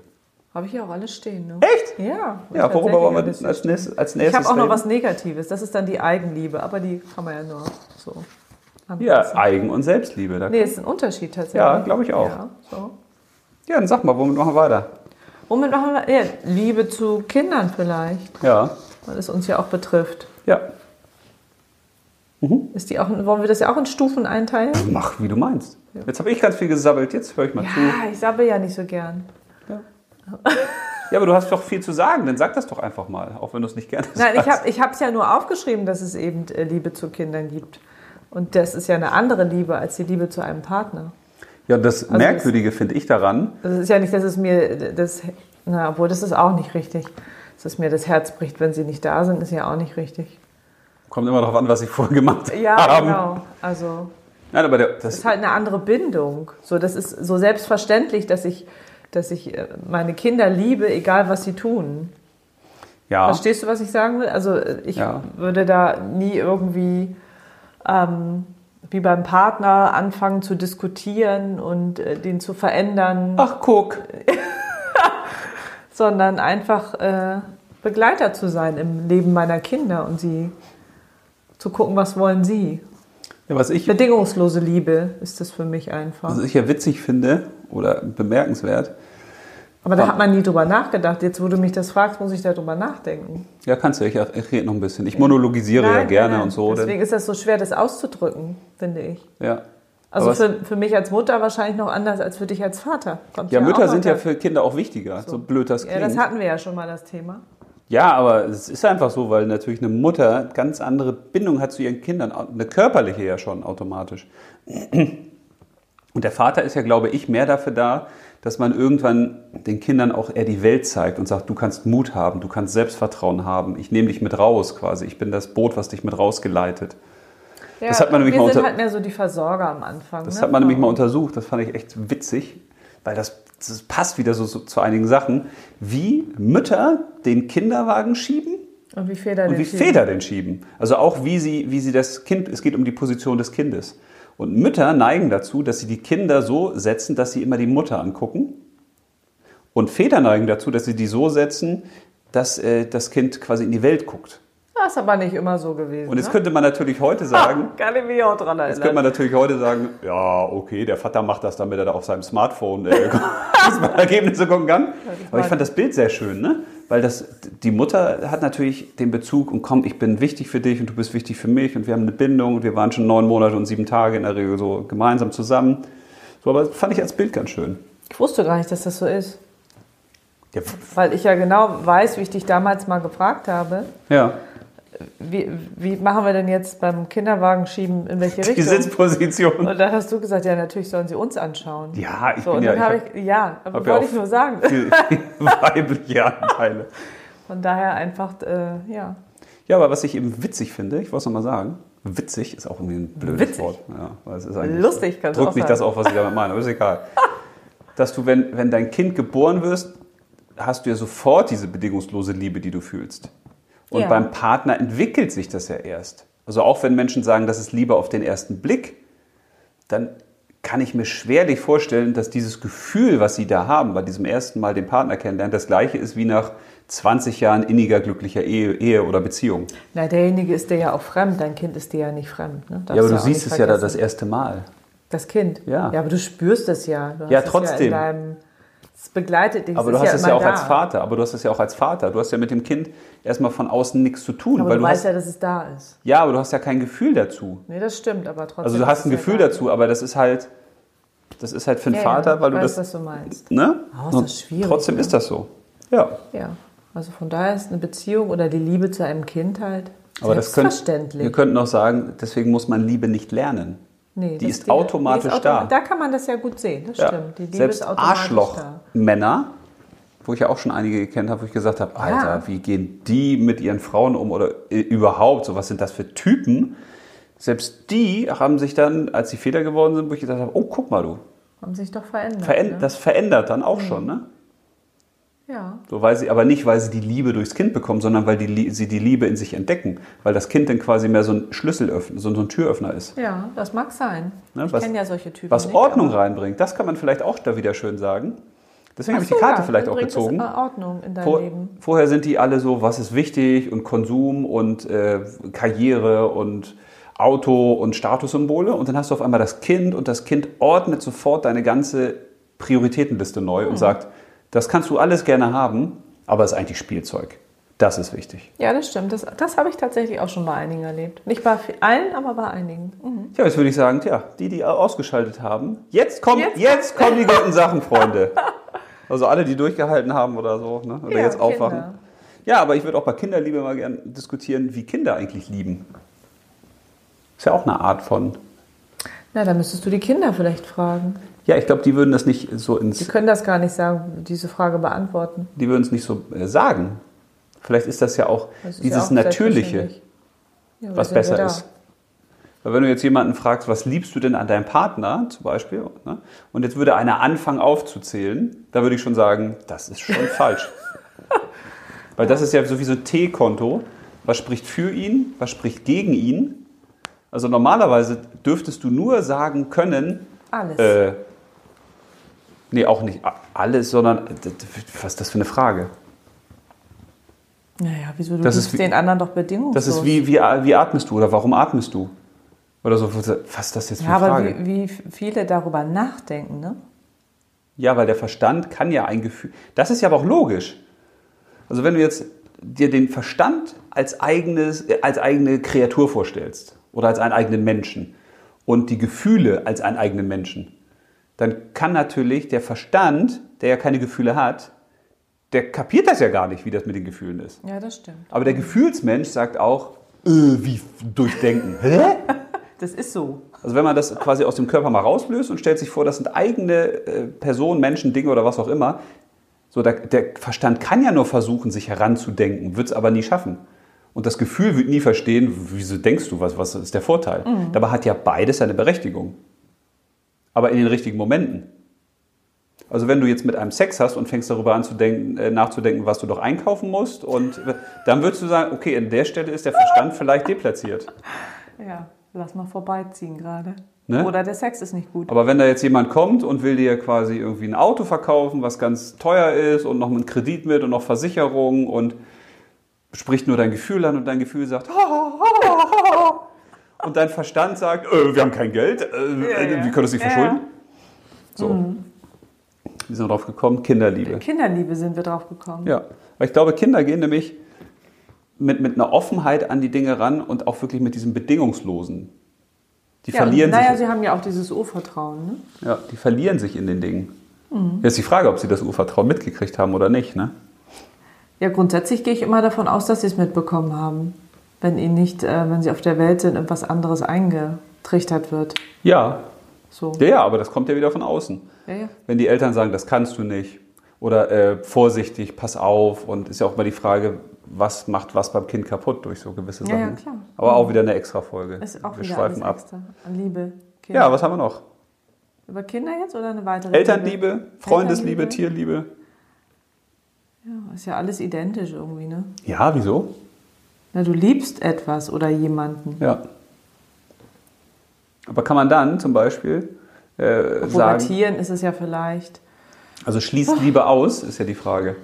Habe ich ja auch alles stehen, ne? Echt? Ja. Ja, worüber wollen wir das? denn als nächstes, als Ich nächstes habe auch noch reden? was Negatives. Das ist dann die Eigenliebe, aber die kann man ja nur so Ja, anpassen. Eigen- und Selbstliebe. Da- Nee, ist ein Unterschied tatsächlich. Ja, glaub ich auch. Ja, so. Ja, dann sag mal, womit machen wir weiter? Womit machen wir? Ja, Liebe zu Kindern vielleicht, Ja, weil es uns ja auch betrifft. ja. Ist die auch, wollen wir das ja auch in Stufen einteilen? Mach, wie du meinst. Jetzt habe ich ganz viel gesabbelt, jetzt höre ich mal zu. Ja, ich sabbel ja nicht so gern. Ja, aber du hast doch viel zu sagen, dann sag das doch einfach mal, auch wenn du es nicht gerne Nein, ich sagst. habe es ja nur aufgeschrieben, dass es eben äh, Liebe zu Kindern gibt. Und das ist ja eine andere Liebe als die Liebe zu einem Partner. Ja, das Also das- Merkwürdige finde ich daran, Es ist ja nicht, dass es mir das, na, obwohl das ist auch nicht richtig. Dass es mir das Herz bricht, wenn sie nicht da sind, ist ja auch nicht richtig. kommt immer darauf an, was ich vorher gemacht Ja, haben. genau. Also Nein, aber der, das, ist halt eine andere Bindung. So, das ist so selbstverständlich, dass ich, dass ich äh, meine Kinder liebe, egal was sie tun. ja, Verstehst du, was ich sagen will? Also äh, ich Ah. Ja. würde da nie irgendwie ähm, wie beim Partner anfangen zu diskutieren und äh, den zu verändern, Ach, guck. sondern einfach äh, Begleiter zu sein im Leben meiner Kinder und sie zu gucken, was wollen sie. Ja, was ich, Bedingungslose Liebe ist das für mich einfach. was Also ich ja witzig finde oder bemerkenswert, Aber da hat man nie drüber nachgedacht. Jetzt, wo du mich das fragst, muss ich da drüber nachdenken. ja, kannst du, ich, ich rede noch ein bisschen. Ich monologisiere ja gerne und so. Dann, Deswegen ist das so schwer, das auszudrücken, finde ich. ja. Also Aber es- für, für mich als Mutter wahrscheinlich noch anders als für dich als Vater. Kommt ja, Mütter auch sind ja noch für Kinder auch wichtiger, so, blöd das da- klingt. Ja, das hatten wir ja schon mal das Thema. Ja, aber es ist einfach so, weil natürlich eine Mutter ganz andere Bindung hat zu ihren Kindern, eine körperliche ja schon automatisch. Und der Vater ist ja, glaube ich, mehr dafür da, dass man irgendwann den Kindern auch eher die Welt zeigt und sagt, du kannst Mut haben, du kannst Selbstvertrauen haben, ich nehme dich mit raus quasi, ich bin das Boot, was dich mit rausgeleitet. Ja, Das hat man nämlich wir mal sind unter- halt mehr so die Versorger am Anfang. Das ne? hat man nämlich mal untersucht, das fand ich echt witzig, weil das, das passt wieder so, so zu einigen Sachen, wie Mütter den Kinderwagen schieben Und wie Feder Und den wie Tieren. Väter denn schieben. Also auch wie sie, wie sie das Kind, es geht um die Position des Kindes. Und Mütter neigen dazu, dass sie die Kinder so setzen, dass sie immer die Mutter angucken. Und Väter neigen dazu, dass sie die so setzen, dass äh, das Kind quasi in die Welt guckt. Das ist aber nicht immer so gewesen. Und jetzt ne? könnte man natürlich heute sagen, Kann ich mich auch dran jetzt könnte erinnern. man natürlich heute sagen, ja, okay, der Vater macht das, damit er da auf seinem Smartphone äh, Ergebnisse gucken kann. Aber ich fand das Bild sehr schön, ne? Weil das, die Mutter hat natürlich den Bezug und komm, ich bin wichtig für dich und du bist wichtig für mich und wir haben eine Bindung und wir waren schon neun Monate und sieben Tage in der Regel so gemeinsam zusammen. So, aber das fand ich als Bild ganz schön. Ich wusste gar nicht, dass das so ist. Ja. Weil ich ja genau weiß, wie ich dich damals mal gefragt habe, ja. wie, wie machen wir denn jetzt beim Kinderwagenschieben, in welche Die Richtung? Sitzposition. Und dann hast du gesagt, ja, natürlich sollen sie uns anschauen. Ja, ich so, bin und ja, dann habe ich ich, ja, hab ja wollte auch ich nur sagen. hab viel, viel weibliche Anteile. Von daher einfach, äh, ja. Ja, aber was ich eben witzig finde, ich wollte es nochmal sagen, witzig ist auch irgendwie ein blödes Witzig. Wort. Ja, weil es ist Lustig kannst du Drückt auch nicht sagen. das auf, was ich damit meine, aber ist egal. Dass du, wenn, wenn dein Kind geboren wirst, hast du ja sofort diese bedingungslose Liebe, die du fühlst. Und Ja. beim Partner entwickelt sich das ja erst. Also auch wenn Menschen sagen, das ist Liebe auf den ersten Blick, dann kann ich mir schwerlich vorstellen, dass dieses Gefühl, was sie da haben, bei diesem ersten Mal den Partner kennenlernen, das gleiche ist wie nach 20 Jahren inniger, glücklicher Ehe, Ehe oder Beziehung. Na, derjenige ist dir ja auch fremd, dein Kind ist dir ja nicht fremd. Ne? Darfst Ja, aber du auch siehst nicht es ja da vergessen. das erste Mal. Das Kind. Ja. aber du spürst es ja. Du hast Ja, es trotzdem. Ja in deinem, es begleitet dich. Aber es du hast ist es ja immer auch da. als Vater, aber du hast es ja auch als Vater. Du hast ja mit dem Kind erstmal von außen nichts zu tun, Aber weil du, du weißt hast, ja, dass es da ist. ja, aber du hast ja kein Gefühl dazu. Nee, das stimmt, aber trotzdem. Also du hast ein ist es ja Gefühl da. dazu, aber das ist halt, das ist halt für den Ja, Vater, ja, weil ich du weiß, das, was du meinst. ne? Oh, ist das Und schwierig, Trotzdem ne? ist das so. Ja, Ja. Also von daher ist eine Beziehung oder die Liebe zu einem Kind halt aber das könnt, selbstverständlich. wir könnten auch sagen, deswegen muss man Liebe nicht lernen. Nee, die das- ist automatisch autom- da. Da kann man das ja gut sehen, das stimmt. Die Liebe Selbst ist automatisch da. Arschloch-Männer, wo ich ja auch schon einige gekannt habe, wo ich gesagt habe, Alter, wie gehen die mit ihren Frauen um oder äh, überhaupt, so was sind das für Typen? Selbst die haben sich dann, als sie Väter geworden sind, wo ich gesagt habe, oh, guck mal du, Haben sich doch verändert. veränd ne? das verändert dann auch schon, ne? Ja. So, weil sie, aber nicht, weil sie die Liebe durchs Kind bekommen, sondern weil die, Lie- sie die Liebe in sich entdecken, weil das Kind dann quasi mehr so ein Schlüsselöffner, so ein so ein Türöffner ist. ja, das mag sein. Ne, ich was- kenne ja solche Typen. Was nicht, Ordnung aber- reinbringt, das kann man vielleicht auch da wieder schön sagen. Deswegen habe ich die Ach so, Karte ja, vielleicht dann auch bringt es, gezogen. äh, Ordnung in dein Vor, Leben. vorher sind die alle so, was ist wichtig und Konsum und äh, Karriere und Auto und Statussymbole. Und dann hast du auf einmal das Kind und das Kind ordnet sofort deine ganze Prioritätenliste neu und sagt, das kannst du alles gerne haben, aber es ist eigentlich Spielzeug. Das ist wichtig. Ja, das stimmt. Das, das habe ich tatsächlich auch schon bei einigen erlebt. Nicht bei vi- allen, aber bei einigen. Mhm. Ja, jetzt würde ich sagen, tja, die, die ausgeschaltet haben, jetzt kommen, Jetzt- jetzt, kommen die guten Sachen, Freunde. Also alle, die durchgehalten haben oder so, ne? oder Ja, jetzt aufwachen. Kinder. Ja, aber ich würde auch bei Kinderliebe mal gerne diskutieren, wie Kinder eigentlich lieben. Ist ja auch eine Art von. Na, da müsstest du die Kinder vielleicht fragen. Ja, ich glaube, die würden das nicht so Die ins, können das gar nicht sagen, diese Frage beantworten. die würden es nicht so äh, sagen. Vielleicht ist das ja auch Das ist ja dieses auch Natürliche, selbstverständlich. Ja, wir was sind ja besser da. ist. Weil wenn du jetzt jemanden fragst, was liebst du denn an deinem Partner zum Beispiel, ne? und jetzt würde einer anfangen aufzuzählen, da würde ich schon sagen, das ist schon falsch. Weil das ist ja sowieso ein T-Konto. Was spricht für ihn, was spricht gegen ihn? Also normalerweise dürftest du nur sagen können, Alles. äh, nee, auch nicht a- alles, sondern d- d- was ist das für eine Frage? naja, wieso du das gibst ist wie- den anderen doch bedingungslos. Das ist wie, wie, wie atmest du oder warum atmest du? Oder so, was ist das jetzt für Ja, eine aber Frage? wie, wie viele darüber nachdenken, ne? Ja, weil der Verstand kann ja ein Gefühl. Das ist ja aber auch logisch. Also wenn du jetzt dir den Verstand als, eigenes, äh, als eigene Kreatur vorstellst oder als einen eigenen Menschen und die Gefühle als einen eigenen Menschen, dann kann natürlich der Verstand, der ja keine Gefühle hat, der kapiert das ja gar nicht, wie das mit den Gefühlen ist. Ja, das stimmt. Aber der Gefühlsmensch sagt auch, äh, wie f- durchdenken. Hä? Das ist so. Also wenn man das quasi aus dem Körper mal rauslöst und stellt sich vor, das sind eigene äh, Personen, Menschen, Dinge oder was auch immer, so der, der Verstand kann ja nur versuchen, sich heranzudenken, wird es aber nie schaffen. Und das Gefühl wird nie verstehen, wieso denkst du, was, was ist der Vorteil? Dabei hat ja beides seine Berechtigung. Aber in den richtigen Momenten. Also wenn du jetzt mit einem Sex hast und fängst darüber an zu denken, äh, nachzudenken, was du doch einkaufen musst, und äh, dann würdest du sagen, okay, an der Stelle ist der Verstand vielleicht deplatziert. Ja, lass mal vorbeiziehen gerade. Ne? Oder der Sex ist nicht gut. Aber wenn da jetzt jemand kommt und will dir quasi irgendwie ein Auto verkaufen, was ganz teuer ist und noch einen Kredit mit und noch Versicherung und spricht nur dein Gefühl an und dein Gefühl sagt und dein Verstand sagt, äh, wir haben kein Geld, äh, äh, ja. wie können das nicht Ja, Mhm. verschulden? ja. So. Wie sind wir drauf gekommen? Kinderliebe. Kinderliebe sind wir drauf gekommen. Ja, weil ich glaube, Kinder gehen nämlich mit, mit einer Offenheit an die Dinge ran und auch wirklich mit diesem Bedingungslosen. Die und verlieren sich. naja, sie haben ja auch dieses Urvertrauen, ne? Ja, die verlieren sich in den Dingen. Mhm. Jetzt ist die Frage, ob sie das Urvertrauen mitgekriegt haben oder nicht. Ne? Ja, grundsätzlich gehe ich immer davon aus, dass sie es mitbekommen haben. wenn ihnen nicht, äh, wenn sie auf der Welt sind, irgendwas anderes eingetrichtert wird. Ja. So. ja, ja, aber das kommt ja wieder von außen. Ja, ja. Wenn die Eltern sagen, das kannst du nicht oder äh, vorsichtig, pass auf und ist ja auch mal die Frage, was macht was beim Kind kaputt durch so gewisse Ja, Sachen. ja, klar. Mhm. Aber auch wieder eine extra Folge. Ist auch Wir wieder schweifen alles ab. extra an Liebe. Kinder. Ja, was haben wir noch? Über Kinder jetzt oder eine weitere? Elternliebe, Freundesliebe, Elternliebe. Tierliebe. Ja, ist ja alles identisch irgendwie, ne? Ja, wieso? Na, du liebst etwas oder jemanden. Ja. Aber kann man dann zum Beispiel äh, Obwohl bei sagen, Tieren ist es ja vielleicht. also schließt Liebe aus, ist ja die Frage.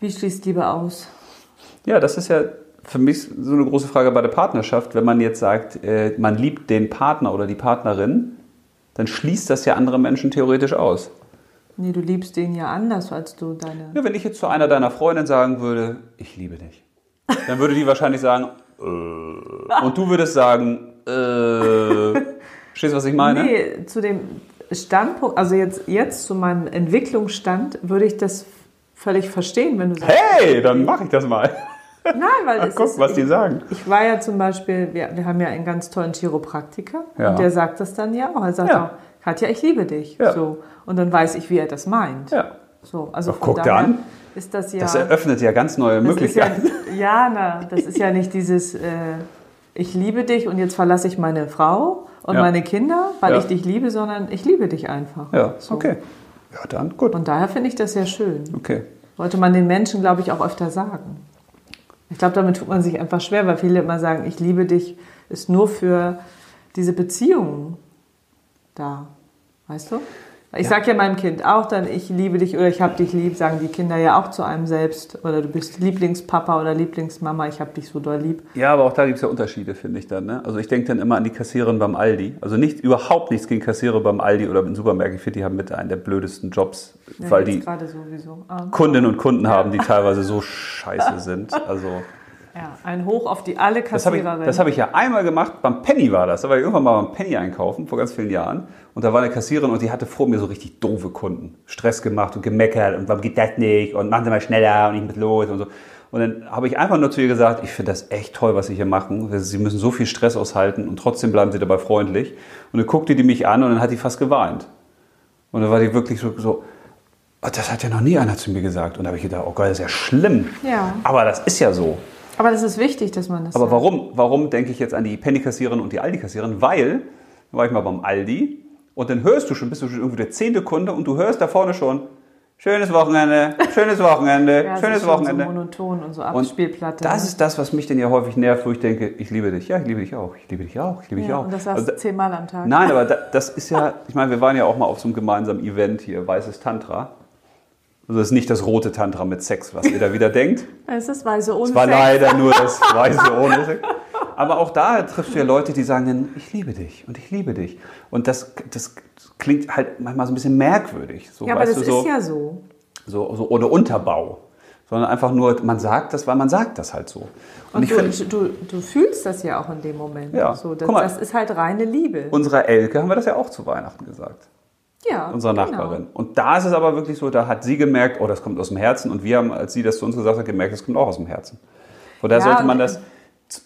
Wie schließt Liebe aus? Ja, das ist ja für mich so eine große Frage bei der Partnerschaft. Wenn man jetzt sagt, äh, man liebt den Partner oder die Partnerin, dann schließt das ja andere Menschen theoretisch aus. Nee, du liebst den ja anders als du deine. Ja, wenn ich jetzt zu einer deiner Freundinnen sagen würde, ich liebe dich, dann würde die wahrscheinlich sagen, äh, und du würdest sagen, äh, verstehst du, was ich meine? Nee, zu dem Standpunkt, also jetzt, jetzt zu meinem Entwicklungsstand würde ich das völlig verstehen, wenn du sagst. Hey, dann mache ich das mal. Nein, weil es Guck, ist, was die sagen. Ich war ja zum Beispiel, wir, wir haben ja einen ganz tollen Chiropraktiker Ja. und der sagt das dann ja auch. Er sagt Ja. auch, Katja, ich liebe dich. Ja. So. Und dann weiß ich, wie er das meint. Ja. So, also Ach, von guck daher an. ist das ja. Das eröffnet ja ganz neue das ist ja, Möglichkeiten. ja, na, das ist ja nicht dieses, äh, ich liebe dich und jetzt verlasse ich meine Frau und Ja. meine Kinder, weil Ja. ich dich liebe, sondern ich liebe dich einfach. Ja, So. okay. Ja, dann gut. Und daher finde ich das sehr schön. Okay. Wollte man den Menschen, glaube ich, auch öfter sagen. Ich glaube, damit tut man sich einfach schwer, weil viele immer sagen, ich liebe dich, ist nur für diese Beziehungen da. Weißt du? Ich sage ja meinem Kind auch dann, ich liebe dich oder ich hab dich lieb, sagen die Kinder ja auch zu einem selbst. Oder du bist Lieblingspapa oder Lieblingsmama, ich hab dich so doll lieb. Ja, aber auch da gibt es ja Unterschiede, finde ich dann. Ne? Also ich denke dann immer an die Kassiererin beim Aldi. Also nicht überhaupt nichts gegen Kassierer beim Aldi oder im Supermarkt. Ich finde, die haben mit einen der blödesten Jobs, Ja, weil jetzt die gerade sowieso. Ah, Kundinnen und Kunden haben, die teilweise so scheiße sind. Also ja, ein Hoch auf die alle das habe ich, Kassiererinnen. das habe ich ja einmal gemacht. Beim Penny war das. Da war ich irgendwann mal beim Penny einkaufen vor ganz vielen Jahren. Und da war eine Kassiererin und die hatte vor mir so richtig doofe Kunden. Stress gemacht und gemeckert und warum geht das nicht und machen Sie mal schneller und ich muss los und so. Und dann habe ich einfach nur zu ihr gesagt, ich finde das echt toll, was Sie hier machen. Sie müssen so viel Stress aushalten und trotzdem bleiben Sie dabei freundlich. Und dann guckte die mich an und dann hat die fast geweint. Und dann war die wirklich so, so oh, das hat ja noch nie einer zu mir gesagt. Und da habe ich gedacht, oh Gott, das ist ja schlimm. Ja. Aber das ist ja so. Aber das ist wichtig, dass man das Aber sagt. warum, warum denke ich jetzt an die Penny-Kassiererin und die Aldi-Kassiererin? Weil, da war ich mal beim Aldi und dann hörst du schon, bist du schon irgendwie der zehnte Kunde und du hörst da vorne schon, schönes Wochenende, schönes Wochenende, Ja, es schönes ist schon Wochenende. So monoton und so und Abspielplatte. das ne? ist das, was mich denn ja häufig nervt, wo ich denke, ich liebe dich. Ja, ich liebe dich auch. Ich liebe dich auch. Ich liebe dich ja, auch. Und das sagst Also du zehnmal am Tag. Nein, aber da, das ist ja, ich meine, wir waren ja auch mal auf so einem gemeinsamen Event hier, Weißes Tantra. Also das ist nicht das rote Tantra mit Sex, was ihr da wieder denkt. Es ist weiße Es war Unfälle. leider nur das Weiße ohne Sex. Aber auch da triffst du ja Leute, die sagen dann, ich liebe dich und ich liebe dich. Und das, das klingt halt manchmal so ein bisschen merkwürdig. So, Ja, aber weißt das du, so, ist ja so. so, so ohne Unterbau. Sondern einfach nur, man sagt das, weil man sagt das halt so. Und, Und ich du, finde, du, du fühlst das ja auch in dem Moment. Ja. So, das, Guck mal. das ist halt reine Liebe. unserer Elke haben wir das ja auch zu Weihnachten gesagt. ja, Unserer genau. Nachbarin. Und da ist es aber wirklich so, da hat sie gemerkt, oh, das kommt aus dem Herzen. Und wir haben, als sie das zu uns gesagt hat, gemerkt, das kommt auch aus dem Herzen. Von daher Ja, sollte man und- äh, das,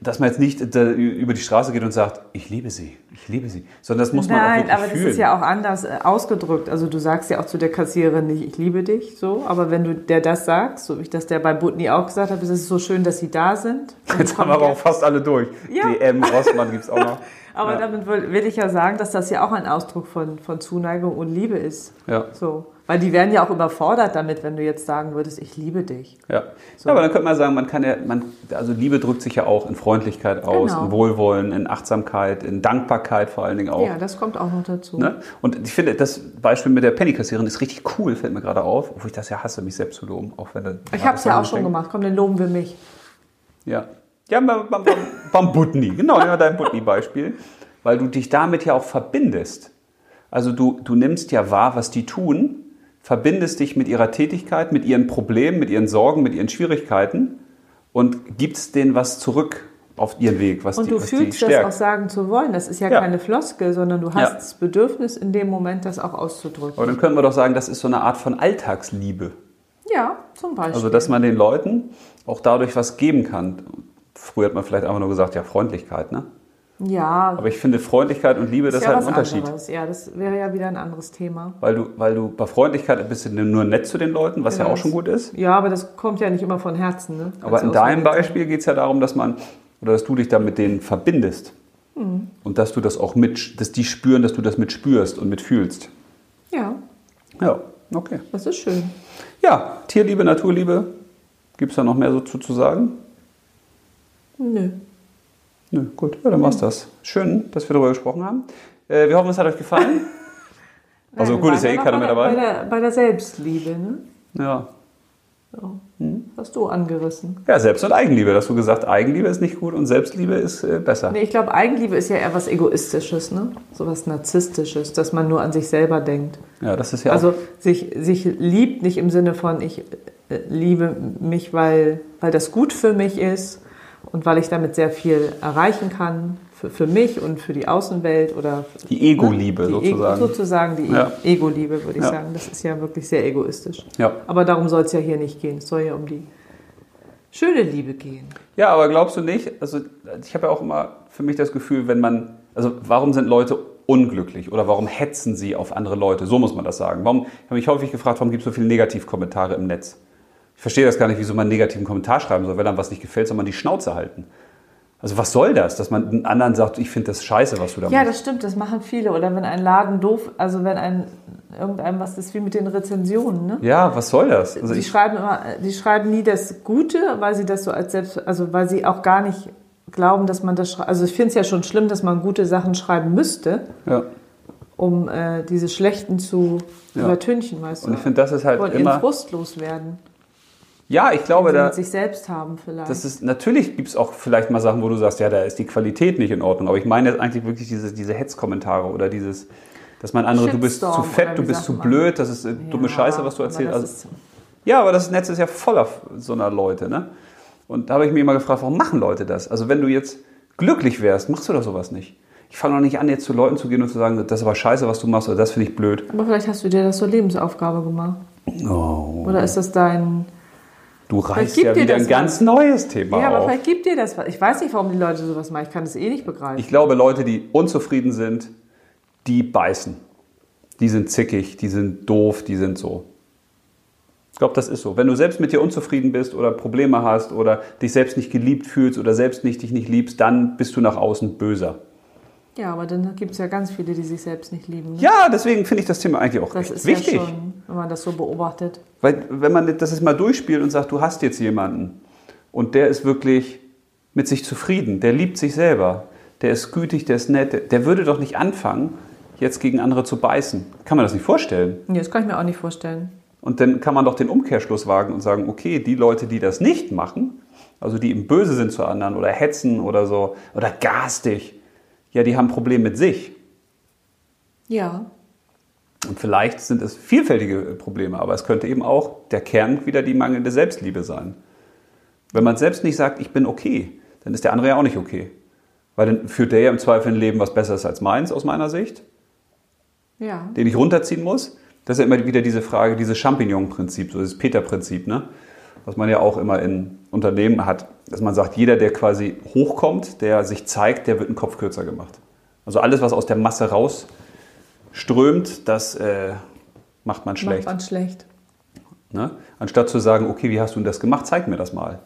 dass man jetzt nicht äh, über die Straße geht und sagt, ich liebe sie, ich liebe sie. Sondern das muss man auch Nein, wirklich aber das fühlen. ist ja auch anders äh, ausgedrückt. Also du sagst ja auch zu der Kassiererin nicht, ich liebe dich, so. Aber wenn du der das sagst, so wie ich das der bei Butni auch gesagt habe, ist es so schön, dass sie da sind. Und Jetzt haben wir aber auch fast alle durch. Ja. DM, Rossmann gibt es auch noch. Aber Ja. damit will, will ich ja sagen, dass das ja auch ein Ausdruck von, von Zuneigung und Liebe ist. Ja. So. Weil die wären ja auch überfordert damit, wenn du jetzt sagen würdest, ich liebe dich. Ja. ja, aber dann könnte man sagen, man kann ja, man, also Liebe drückt sich ja auch in Freundlichkeit aus, Genau. in Wohlwollen, in Achtsamkeit, in Dankbarkeit vor allen Dingen auch. Ja, das kommt auch noch dazu. Ne? Und ich finde, das Beispiel mit der Penny-Kassiererin ist richtig cool, fällt mir gerade auf, obwohl ich das ja hasse, mich selbst zu loben. Auch wenn dann- Ich habe es ja auch ich schon denke- gemacht. Komm, dann loben wir mich. Ja, ja beim, beim, beim, beim Butni, genau, ja, dein Butni-Beispiel. Weil du dich damit ja auch verbindest. Also du, du nimmst ja wahr, was die tun, verbindest dich mit ihrer Tätigkeit, mit ihren Problemen, mit ihren Sorgen, mit ihren Schwierigkeiten und gibst denen was zurück auf ihren Weg, was Und die, du was die fühlst das stärkt. auch sagen zu wollen. Das ist ja, Ja. keine Floskel, sondern du hast Ja. das Bedürfnis in dem Moment, das auch auszudrücken. Aber dann können wir doch sagen, das ist so eine Art von Alltagsliebe. Ja, zum Beispiel. Also, dass man den Leuten auch dadurch was geben kann. Früher hat man vielleicht einfach nur gesagt, ja, Freundlichkeit, ne? Ja, Aber ich finde Freundlichkeit und Liebe, das ist halt ein was Unterschied. anderes. Ja, das wäre ja wieder ein anderes Thema. Weil du, weil du bei Freundlichkeit bist du nur nett zu den Leuten, was ja Genau. auch schon gut ist. Ja, aber das kommt ja nicht immer von Herzen. Ne? Aber Also in aus- deinem Beispiel geht es ja darum, dass man oder dass du dich dann mit denen verbindest. Mhm. Und dass du das auch mit, dass die spüren, dass du das mitspürst und mitfühlst. Ja, Ja, okay. das ist schön. Ja, Tierliebe, Naturliebe. Gibt es da noch mehr so zu, zu sagen? Nö. Nö, gut, ja, dann war's das. Schön, dass wir darüber gesprochen haben. Äh, wir hoffen, es hat euch gefallen. Also Nein, gut, wir ist ja waren eh keiner noch mehr dabei. Bei der, bei der Selbstliebe, ne? ja. Hm. So. Hast du angerissen. ja, Selbst- und Eigenliebe. Da hast du gesagt, Eigenliebe ist nicht gut und Selbstliebe ist äh, besser. Nee, ich glaube, Eigenliebe ist ja eher was Egoistisches, ne? So was Narzisstisches, dass man nur an sich selber denkt. Ja, das ist ja Also auch, sich, sich liebt nicht im Sinne von, ich äh, liebe mich, weil, weil das gut für mich ist und weil ich damit sehr viel erreichen kann für, für mich und für die Außenwelt oder ne? die Ego-Liebe die sozusagen. Ego, sozusagen die Ja. Ego-Liebe, würde ich Ja. sagen. Das ist ja wirklich sehr egoistisch. ja. Aber darum soll es ja hier nicht gehen. Es soll ja um die schöne Liebe gehen. ja, aber glaubst du nicht? Also ich habe ja auch immer für mich das Gefühl, wenn man, also warum sind Leute unglücklich oder warum hetzen sie auf andere Leute? So muss man das sagen. Warum, ich habe mich häufig gefragt, warum gibt es so viele Negativkommentare im Netz? Ich verstehe das gar nicht, wieso man einen negativen Kommentar schreiben soll. Wenn einem was nicht gefällt, soll man die Schnauze halten. Also was soll das, dass man den anderen sagt, ich finde das scheiße, was du da Ja, machst? das stimmt, das machen viele. Oder wenn ein Laden doof, also wenn ein irgendeinem was ist wie mit den Rezensionen, ne? Ja, was soll das? Also die ich, schreiben immer, die schreiben nie das Gute, weil sie das so als selbst, also weil sie auch gar nicht glauben, dass man das schreibt. Also ich finde es ja schon schlimm, dass man gute Sachen schreiben müsste, ja. um äh, diese schlechten zu Ja. übertünchen, weißt du. Und ich finde, das ist halt Wollen ihren immer... Frust loswerden, Ja, ich glaube, weil sie da, mit sich selbst haben vielleicht. Das ist, natürlich gibt es auch vielleicht mal Sachen, wo du sagst, ja, da ist die Qualität nicht in Ordnung. Aber ich meine jetzt eigentlich wirklich diese, diese Hetzkommentare oder dieses, dass man andere, du bist zu Shitstorm oder fett, wie du bist sagt zu man? blöd, das ist äh, dumme Ja, Scheiße, was du aber erzählst. das Also, ist- ja, aber das Netz ist ja voller f- so einer Leute. Ne? Und da habe ich mich immer gefragt, warum machen Leute das? Also wenn du jetzt glücklich wärst, machst du doch sowas nicht. Ich fange doch nicht an, jetzt zu Leuten zu gehen und zu sagen, das ist aber scheiße, was du machst oder das finde ich blöd. aber vielleicht hast du dir das zur Lebensaufgabe gemacht. Oh, Oder ist das dein. du reißt gibt ja dir wieder das ein ganz neues Thema Ja, aber auf. vielleicht gibt dir das was. Ich weiß nicht, warum die Leute sowas machen. Ich kann das eh nicht begreifen. Ich glaube, Leute, die unzufrieden sind, die beißen. Die sind zickig, die sind doof, die sind so. Ich glaube, das ist so. Wenn du selbst mit dir unzufrieden bist oder Probleme hast oder dich selbst nicht geliebt fühlst oder selbst nicht dich nicht liebst, dann bist du nach außen böser. ja, aber dann gibt es ja ganz viele, die sich selbst nicht lieben. ne? Ja, deswegen finde ich das Thema eigentlich auch Das echt ist wichtig. ja schon, wenn man das so beobachtet. Weil wenn man das jetzt mal durchspielt und sagt, du hast jetzt jemanden und der ist wirklich mit sich zufrieden, der liebt sich selber, der ist gütig, der ist nett, der, der würde doch nicht anfangen, jetzt gegen andere zu beißen. Kann man das nicht vorstellen. Nee, das kann ich mir auch nicht vorstellen. Und dann kann man doch den Umkehrschluss wagen und sagen, okay, die Leute, die das nicht machen, also die eben böse sind zu anderen oder hetzen oder so oder garstig, ja, die haben ein Problem mit sich. Ja. Und vielleicht sind es vielfältige Probleme, aber es könnte eben auch der Kern wieder die mangelnde Selbstliebe sein. Wenn man selbst nicht sagt, ich bin okay, dann ist der andere ja auch nicht okay. Weil dann führt der ja im Zweifel ein Leben, was besser ist als meins, aus meiner Sicht, Ja. den ich runterziehen muss. Das ist ja immer wieder diese Frage, dieses Champignon-Prinzip, so dieses Peter-Prinzip, ne? was man ja auch immer in Unternehmen hat, dass man sagt, jeder, der quasi hochkommt, der sich zeigt, der wird einen Kopf kürzer gemacht. Also alles, was aus der Masse rausströmt, das äh, macht man schlecht. Macht man schlecht. Ne? Anstatt zu sagen, okay, wie hast du denn das gemacht? Zeig mir das mal.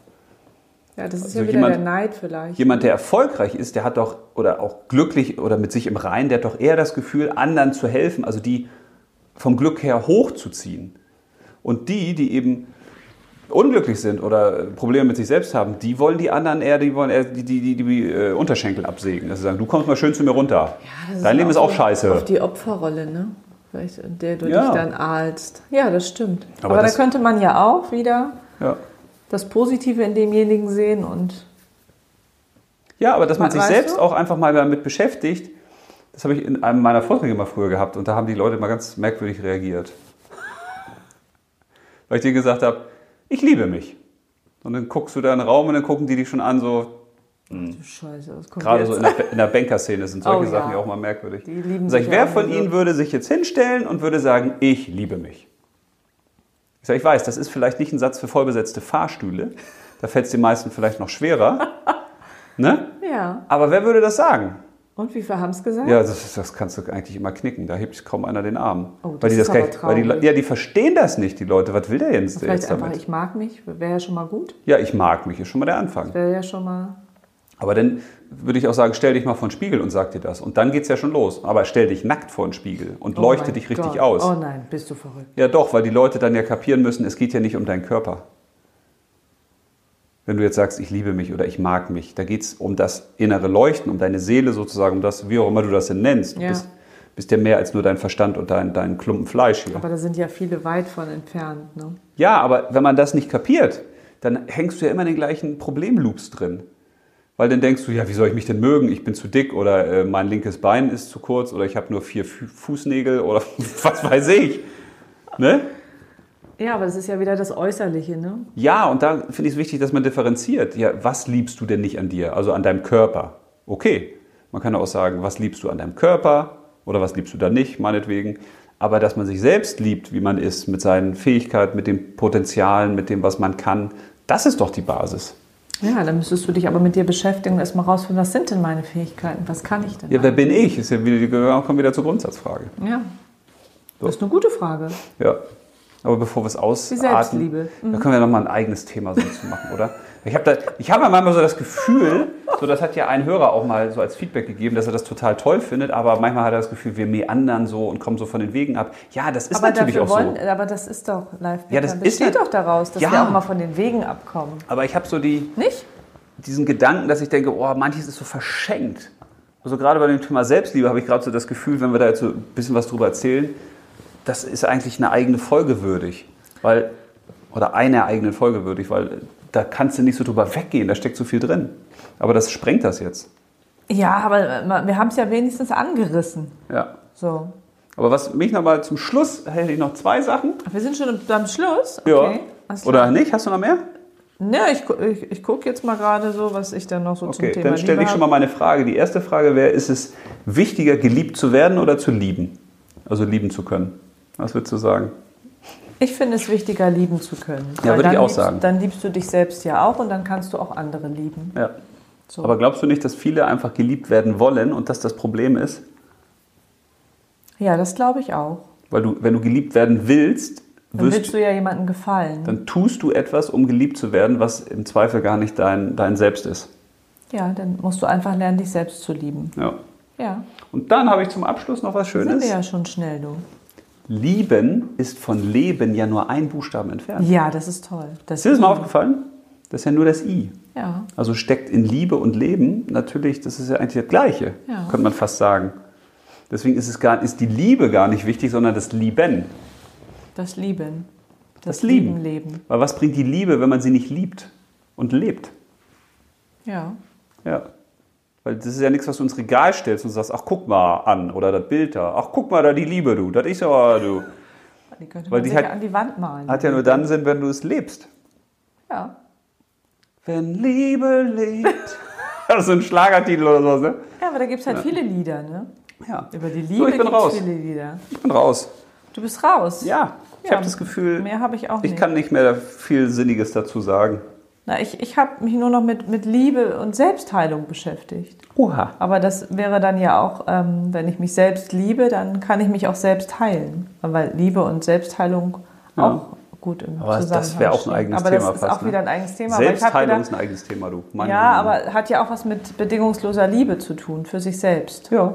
Ja, das ist Also ja wieder jemand- der Neid vielleicht. Jemand, der erfolgreich ist, der hat doch, oder auch glücklich oder mit sich im Reinen, der hat doch eher das Gefühl, anderen zu helfen, also die vom Glück her hochzuziehen. Und die, die eben unglücklich sind oder Probleme mit sich selbst haben, die wollen die anderen eher, die wollen eher die, die, die, die, äh, Unterschenkel absägen. Dass sie sagen, du kommst mal schön zu mir runter. Das Dein Leben ist auch so scheiße. Auf die Opferrolle, ne? Vielleicht, in der du Ja. dich dann ahlst. Ja, das stimmt. Aber Aber, das- da könnte man ja auch wieder ja. das Positive in demjenigen sehen und Ja, aber dass man We- sich weißt selbst du? auch einfach mal damit beschäftigt, das habe ich in einem meiner Vorträge mal früher gehabt und da haben die Leute mal ganz merkwürdig reagiert. Weil ich denen gesagt habe, ich liebe mich. Und dann guckst du da in den Raum und dann gucken die dich schon an, so du Scheiße, was kommt gerade jetzt? so in der, in der Banker-Szene sind solche Oh, ja. Sachen ja auch mal merkwürdig. Die lieben Sag ich, sich wer ja auch von nicht Ihnen würde sich jetzt hinstellen und würde sagen, ich liebe mich? Ich sage, ich weiß, das ist vielleicht nicht ein Satz für vollbesetzte Fahrstühle. Da fällt es den meisten vielleicht noch schwerer. Ne? Ja. Aber wer würde das sagen? Und wie viel haben es gesagt? Ja, das, das kannst du eigentlich immer knicken. Da hebt kaum einer den Arm. Oh, das weil die ist das gar aber nicht- weil die, Le- traurig. ja, die verstehen das nicht, die Leute. Was will der jetzt, der Vielleicht jetzt einfach, damit? ich mag mich, wäre ja schon mal gut. Ja, ich mag mich, ist schon mal der Anfang. Wäre ja schon mal. Aber dann würde ich auch sagen, stell dich mal vor den Spiegel und sag dir das. Und dann geht's ja schon los. Aber stell dich nackt vor den Spiegel und Oh leuchte mein dich richtig Gott. aus. Oh nein, bist du verrückt. Ja, doch, weil die Leute dann ja kapieren müssen, es geht ja nicht um deinen Körper. Wenn du jetzt sagst, ich liebe mich oder ich mag mich, da geht's um das innere Leuchten, um deine Seele sozusagen, um das, wie auch immer du das denn nennst. Du Ja. bist, bist ja mehr als nur dein Verstand und dein, dein Klumpen Fleisch hier. Aber da sind ja viele weit von entfernt. Ne? Ja, aber wenn man das nicht kapiert, dann hängst du ja immer in den gleichen Problemloops drin. Weil dann denkst du, ja, wie soll ich mich denn mögen? Ich bin zu dick oder äh, mein linkes Bein ist zu kurz oder ich habe nur vier Fü Fußnägel oder was weiß ich. Ne? Ja, aber das ist ja wieder das Äußerliche. Ne? Ja, und da finde ich es wichtig, dass man differenziert. Ja, was liebst du denn nicht an dir? Also an deinem Körper. Okay, man kann auch sagen, was liebst du an deinem Körper oder was liebst du da nicht, meinetwegen. Aber dass man sich selbst liebt, wie man ist, mit seinen Fähigkeiten, mit den Potenzialen, mit dem, was man kann, das ist doch die Basis. Ja, dann müsstest du dich aber mit dir beschäftigen und erstmal rausfinden, was sind denn meine Fähigkeiten? Was kann ich denn? Ja, wer bin ich? Ist ja wieder, kommen wieder zur Grundsatzfrage. Ja. So. Das ist eine gute Frage. Ja. Aber bevor wir es ausatmen, Selbstliebe. Mhm. da können wir nochmal ein eigenes Thema sonst zu machen, oder? Ich habe hab ja manchmal so das Gefühl, so das hat ja ein Hörer auch mal so als Feedback gegeben, dass er das total toll findet, aber manchmal hat er das Gefühl, wir meandern so und kommen so von den Wegen ab. Ja, das ist Aber, natürlich dafür auch wollen, so. aber das ist doch live Ja, das ist steht nat- doch daraus, dass Ja. wir auch mal von den Wegen abkommen. Aber ich habe so die, Nicht? diesen Gedanken, dass ich denke, oh, manches ist so verschenkt. Also gerade bei dem Thema Selbstliebe habe ich gerade so das Gefühl, wenn wir da jetzt so ein bisschen was drüber erzählen, das ist eigentlich eine eigene Folge würdig. Weil, oder einer eigenen Folge würdig, weil da kannst du nicht so drüber weggehen, da steckt so viel drin. Aber das sprengt das jetzt. Ja, aber äh, wir haben es ja wenigstens angerissen. Ja. So. Aber was mich nochmal zum Schluss, hätte ich noch zwei Sachen. Wir sind schon am Schluss. Ja. Okay. Alles klar. Oder nicht? Hast du noch mehr? Ne, ich, gu- ich, ich gucke jetzt mal gerade so, was ich dann noch so zum Okay, Thema dann stelle Liebe ich schon mal hab. meine Frage. Die erste Frage wäre, ist es wichtiger, geliebt zu werden oder zu lieben? Also lieben zu können. Was würdest du sagen? Ich finde es wichtiger, lieben zu können. Ja, Weil würde ich dann auch liebst, sagen. Dann liebst du dich selbst ja auch und dann kannst du auch andere lieben. Ja. So. Aber glaubst du nicht, dass viele einfach geliebt werden wollen und dass das Problem ist? ja, das glaube ich auch. Weil du, wenn du geliebt werden willst, Dann wirst, willst du ja jemandem gefallen. dann tust du etwas, um geliebt zu werden, was im Zweifel gar nicht dein, dein Selbst ist. ja, dann musst du einfach lernen, dich selbst zu lieben. Ja. Ja, Und dann habe ich zum Abschluss noch was sind Schönes. wir ja schon schnell, du. Lieben ist von Leben ja nur ein Buchstaben entfernt. Ja, das ist toll. Das Ist dir das mal aufgefallen? Das ist ja nur das I. Ja, Also steckt in Liebe und Leben natürlich, das ist ja eigentlich das Gleiche, Ja. könnte man fast sagen. Deswegen ist, es gar, ist die Liebe gar nicht wichtig, sondern das Lieben. das Lieben. Das Lieben. Leben. Weil was bringt die Liebe, wenn man sie nicht liebt und lebt? Ja. Ja. Weil das ist ja nichts, was du ins Regal stellst und sagst, ach guck mal an oder das Bild da. Ach guck mal da die Liebe, du. Das ist ja aber, du. Die könnte Weil man die sich hat- ja an die Wand malen. Hat ja nur dann Sinn, wenn du es lebst. ja. Wenn Liebe lebt. Das ist so ein Schlagertitel oder so, ne? ja, aber da gibt es halt viele Lieder, ne? Ja. Über die so, Liebe ich bin gibt es raus. viele Lieder. Ich bin raus. Du bist raus. Ja. Ich Ja, habe das Gefühl, Mehr habe ich auch ich nicht. kann nicht mehr viel Sinniges dazu sagen. Na, ich ich habe mich nur noch mit, mit Liebe und Selbstheilung beschäftigt. Oha. Aber das wäre dann ja auch, ähm, wenn ich mich selbst liebe, dann kann ich mich auch selbst heilen. Weil Liebe und Selbstheilung Ja. auch gut im Aber das- Zusammenhang das wäre auch ein stehen. eigenes aber Thema das ist fast, auch ne? wieder ein eigenes Thema. Aber ich hab Selbstheilung gedacht, ist ein eigenes Thema, du. Mann, Ja, Mann, Mann. aber hat ja auch was mit bedingungsloser Liebe zu tun, für sich selbst. Ja.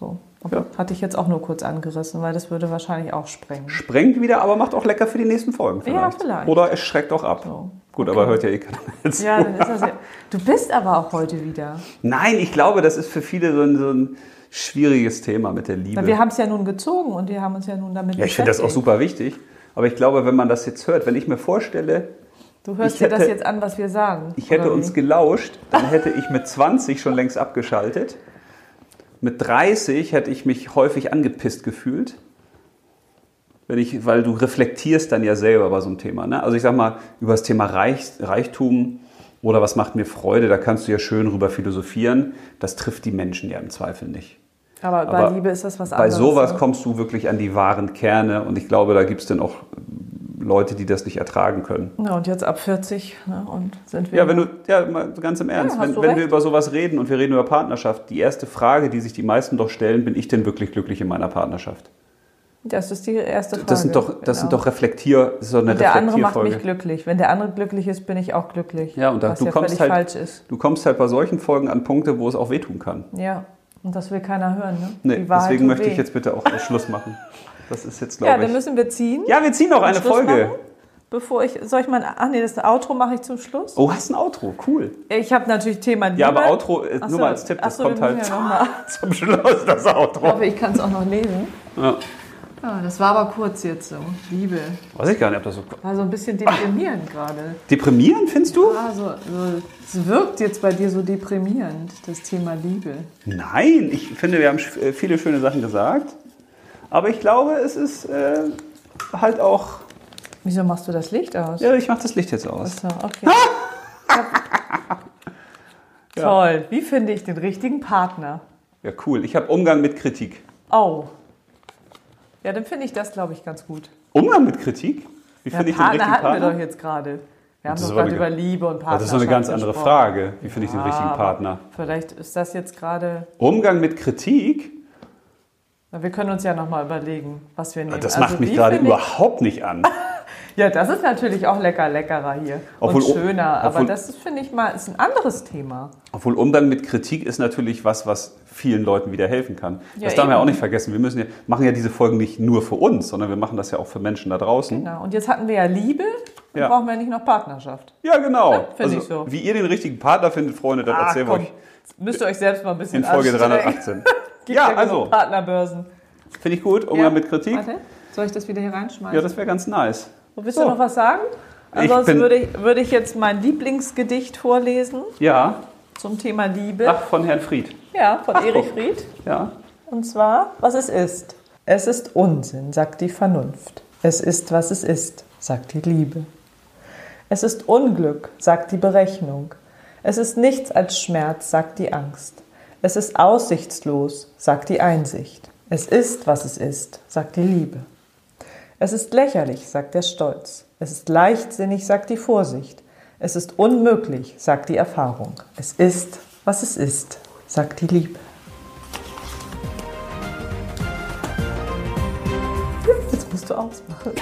So. Ja. Hatte ich jetzt auch nur kurz angerissen, weil das würde wahrscheinlich auch sprengen. Sprengt wieder, aber macht auch lecker für die nächsten Folgen vielleicht. Ja, vielleicht. Oder es schreckt auch ab. So. Gut, aber hört ja eh keiner mehr zu. Ja, dann ist das ja. Du bist aber auch heute wieder. Nein, ich glaube, das ist für viele so ein, so ein schwieriges Thema mit der Liebe. Na, wir haben es ja nun gezogen und wir haben uns ja nun damit ja, ich finde das auch beschäftigt. super wichtig. Aber ich glaube, wenn man das jetzt hört, wenn ich mir vorstelle, Du hörst Ich dir das hätte- jetzt an, was wir sagen. ich hätte oder uns wie? gelauscht, dann hätte ich mit 20 schon längst abgeschaltet. Mit 30 hätte ich mich häufig angepisst gefühlt. Wenn ich, weil du reflektierst dann ja selber bei so einem Thema. Ne? Also ich sag mal, über das Thema Reich, Reichtum oder was macht mir Freude, da kannst du ja schön rüber philosophieren. Das trifft die Menschen ja im Zweifel nicht. aber bei aber Liebe ist das was Bei anderes. sowas ne? kommst du wirklich an die wahren Kerne und ich glaube, da gibt es dann auch Leute, die das nicht ertragen können. Ja, und jetzt ab 40 ne, und sind wir. Ja, wenn du, ja, mal ganz im Ernst, Mhm. Ja, hast wenn, du wenn wir recht. über sowas reden und wir reden über Partnerschaft, die erste Frage, die sich die meisten doch stellen, bin ich denn wirklich glücklich in meiner Partnerschaft? das ist die erste Frage. Das sind doch, das sind Genau. doch Reflektier, so eine Und der andere macht mich Reflektierfolge. glücklich. Wenn der andere glücklich ist, bin ich auch glücklich. Ja, und da- was du ja kommst völlig halt- falsch ist. Du kommst halt bei solchen Folgen an Punkte, wo es auch wehtun kann. Ja, und das will keiner hören. Ne? Nee, Die Wahrheit deswegen tut möchte weh. ich jetzt bitte auch Schluss machen. Das ist jetzt, Ja, glaube dann ich. müssen wir ziehen. Ja, wir ziehen noch eine Schluss Folge. machen? Bevor ich, soll ich mein, ach nee, das Outro mache ich zum Schluss. Oh, hast ein Outro, cool. Ich habe natürlich Thema Liebe. Ja, aber Outro, äh, Ach nur so, mal als Tipp, ach das so, kommt wir halt müssen zum, ja noch mal- Schluss, das Ich Outro. hoffe, ich kann es auch noch lesen. Ja. Ja, das war aber kurz jetzt so. Liebe. Weiß ich gar nicht, ob das so. War so ein bisschen deprimierend gerade. Deprimierend, findest du? Ah, so, so, es wirkt jetzt bei dir so deprimierend, das Thema Liebe. Nein, ich finde, wir haben sch- äh, viele schöne Sachen gesagt. Aber ich glaube, es ist äh, halt auch. Wieso machst du das Licht aus? Ja, ich mache das Licht jetzt aus. Achso, okay. Toll. Wie finde ich den richtigen Partner? Ja, cool. Ich habe Umgang mit Kritik. Oh. Ja, dann finde ich das, glaube ich, ganz gut. Umgang mit Kritik? Wie Ja, finde ich den Partner richtigen hatten wir Partner? doch jetzt gerade. Wir haben Das ist doch aber gerade eine- über Liebe und Das Partnerschaft ist doch eine ganz andere gesprochen. Frage. Wie finde ich den Ja, richtigen aber Partner? Vielleicht ist das jetzt gerade. Umgang mit Kritik? Na, Wir können uns ja nochmal überlegen, was wir nehmen. Das Also macht mich wie gerade finde ich- überhaupt nicht an. Ja, das ist natürlich auch lecker, leckerer hier. Obwohl- oh, und schöner. Aber obwohl- das ist, finde ich mal, ist ein anderes Thema. Obwohl Umgang mit Kritik ist natürlich was, was vielen Leuten wieder helfen kann. Ja, das darf man ja eben. auch nicht vergessen. Wir müssen ja, machen ja diese Folgen nicht nur für uns, sondern wir machen das ja auch für Menschen da draußen. Genau. Und jetzt hatten wir ja Liebe, dann Ja. brauchen wir nicht noch Partnerschaft. Ja, genau. finde ich so. Ah, Wie ihr den richtigen Partner findet, Freunde, das erzählen wir euch Müsst ihr euch selbst mal ein in bisschen Folge anstrengen. 318. Gibt ja, genug also, Partnerbörsen. finde ich gut. Umgang Ja. mit Kritik. Warte, soll ich das wieder hier reinschmeißen? Ja, das wäre ganz nice. Und willst So. du noch was sagen? Ich Ansonsten bin- würde, ich, würde ich jetzt mein Lieblingsgedicht vorlesen Ja, zum Thema Liebe. ach, von Herrn Fried. ja, von ach, Erich guck. Fried. Ja. Und zwar, was es ist. Es ist Unsinn, sagt die Vernunft. Es ist, was es ist, sagt die Liebe. Es ist Unglück, sagt die Berechnung. Es ist nichts als Schmerz, sagt die Angst. Es ist aussichtslos, sagt die Einsicht. Es ist, was es ist, sagt die Liebe. Es ist lächerlich, sagt der Stolz. Es ist leichtsinnig, sagt die Vorsicht. Es ist unmöglich, sagt die Erfahrung. Es ist, was es ist, sagt die Liebe. Jetzt musst du ausmachen.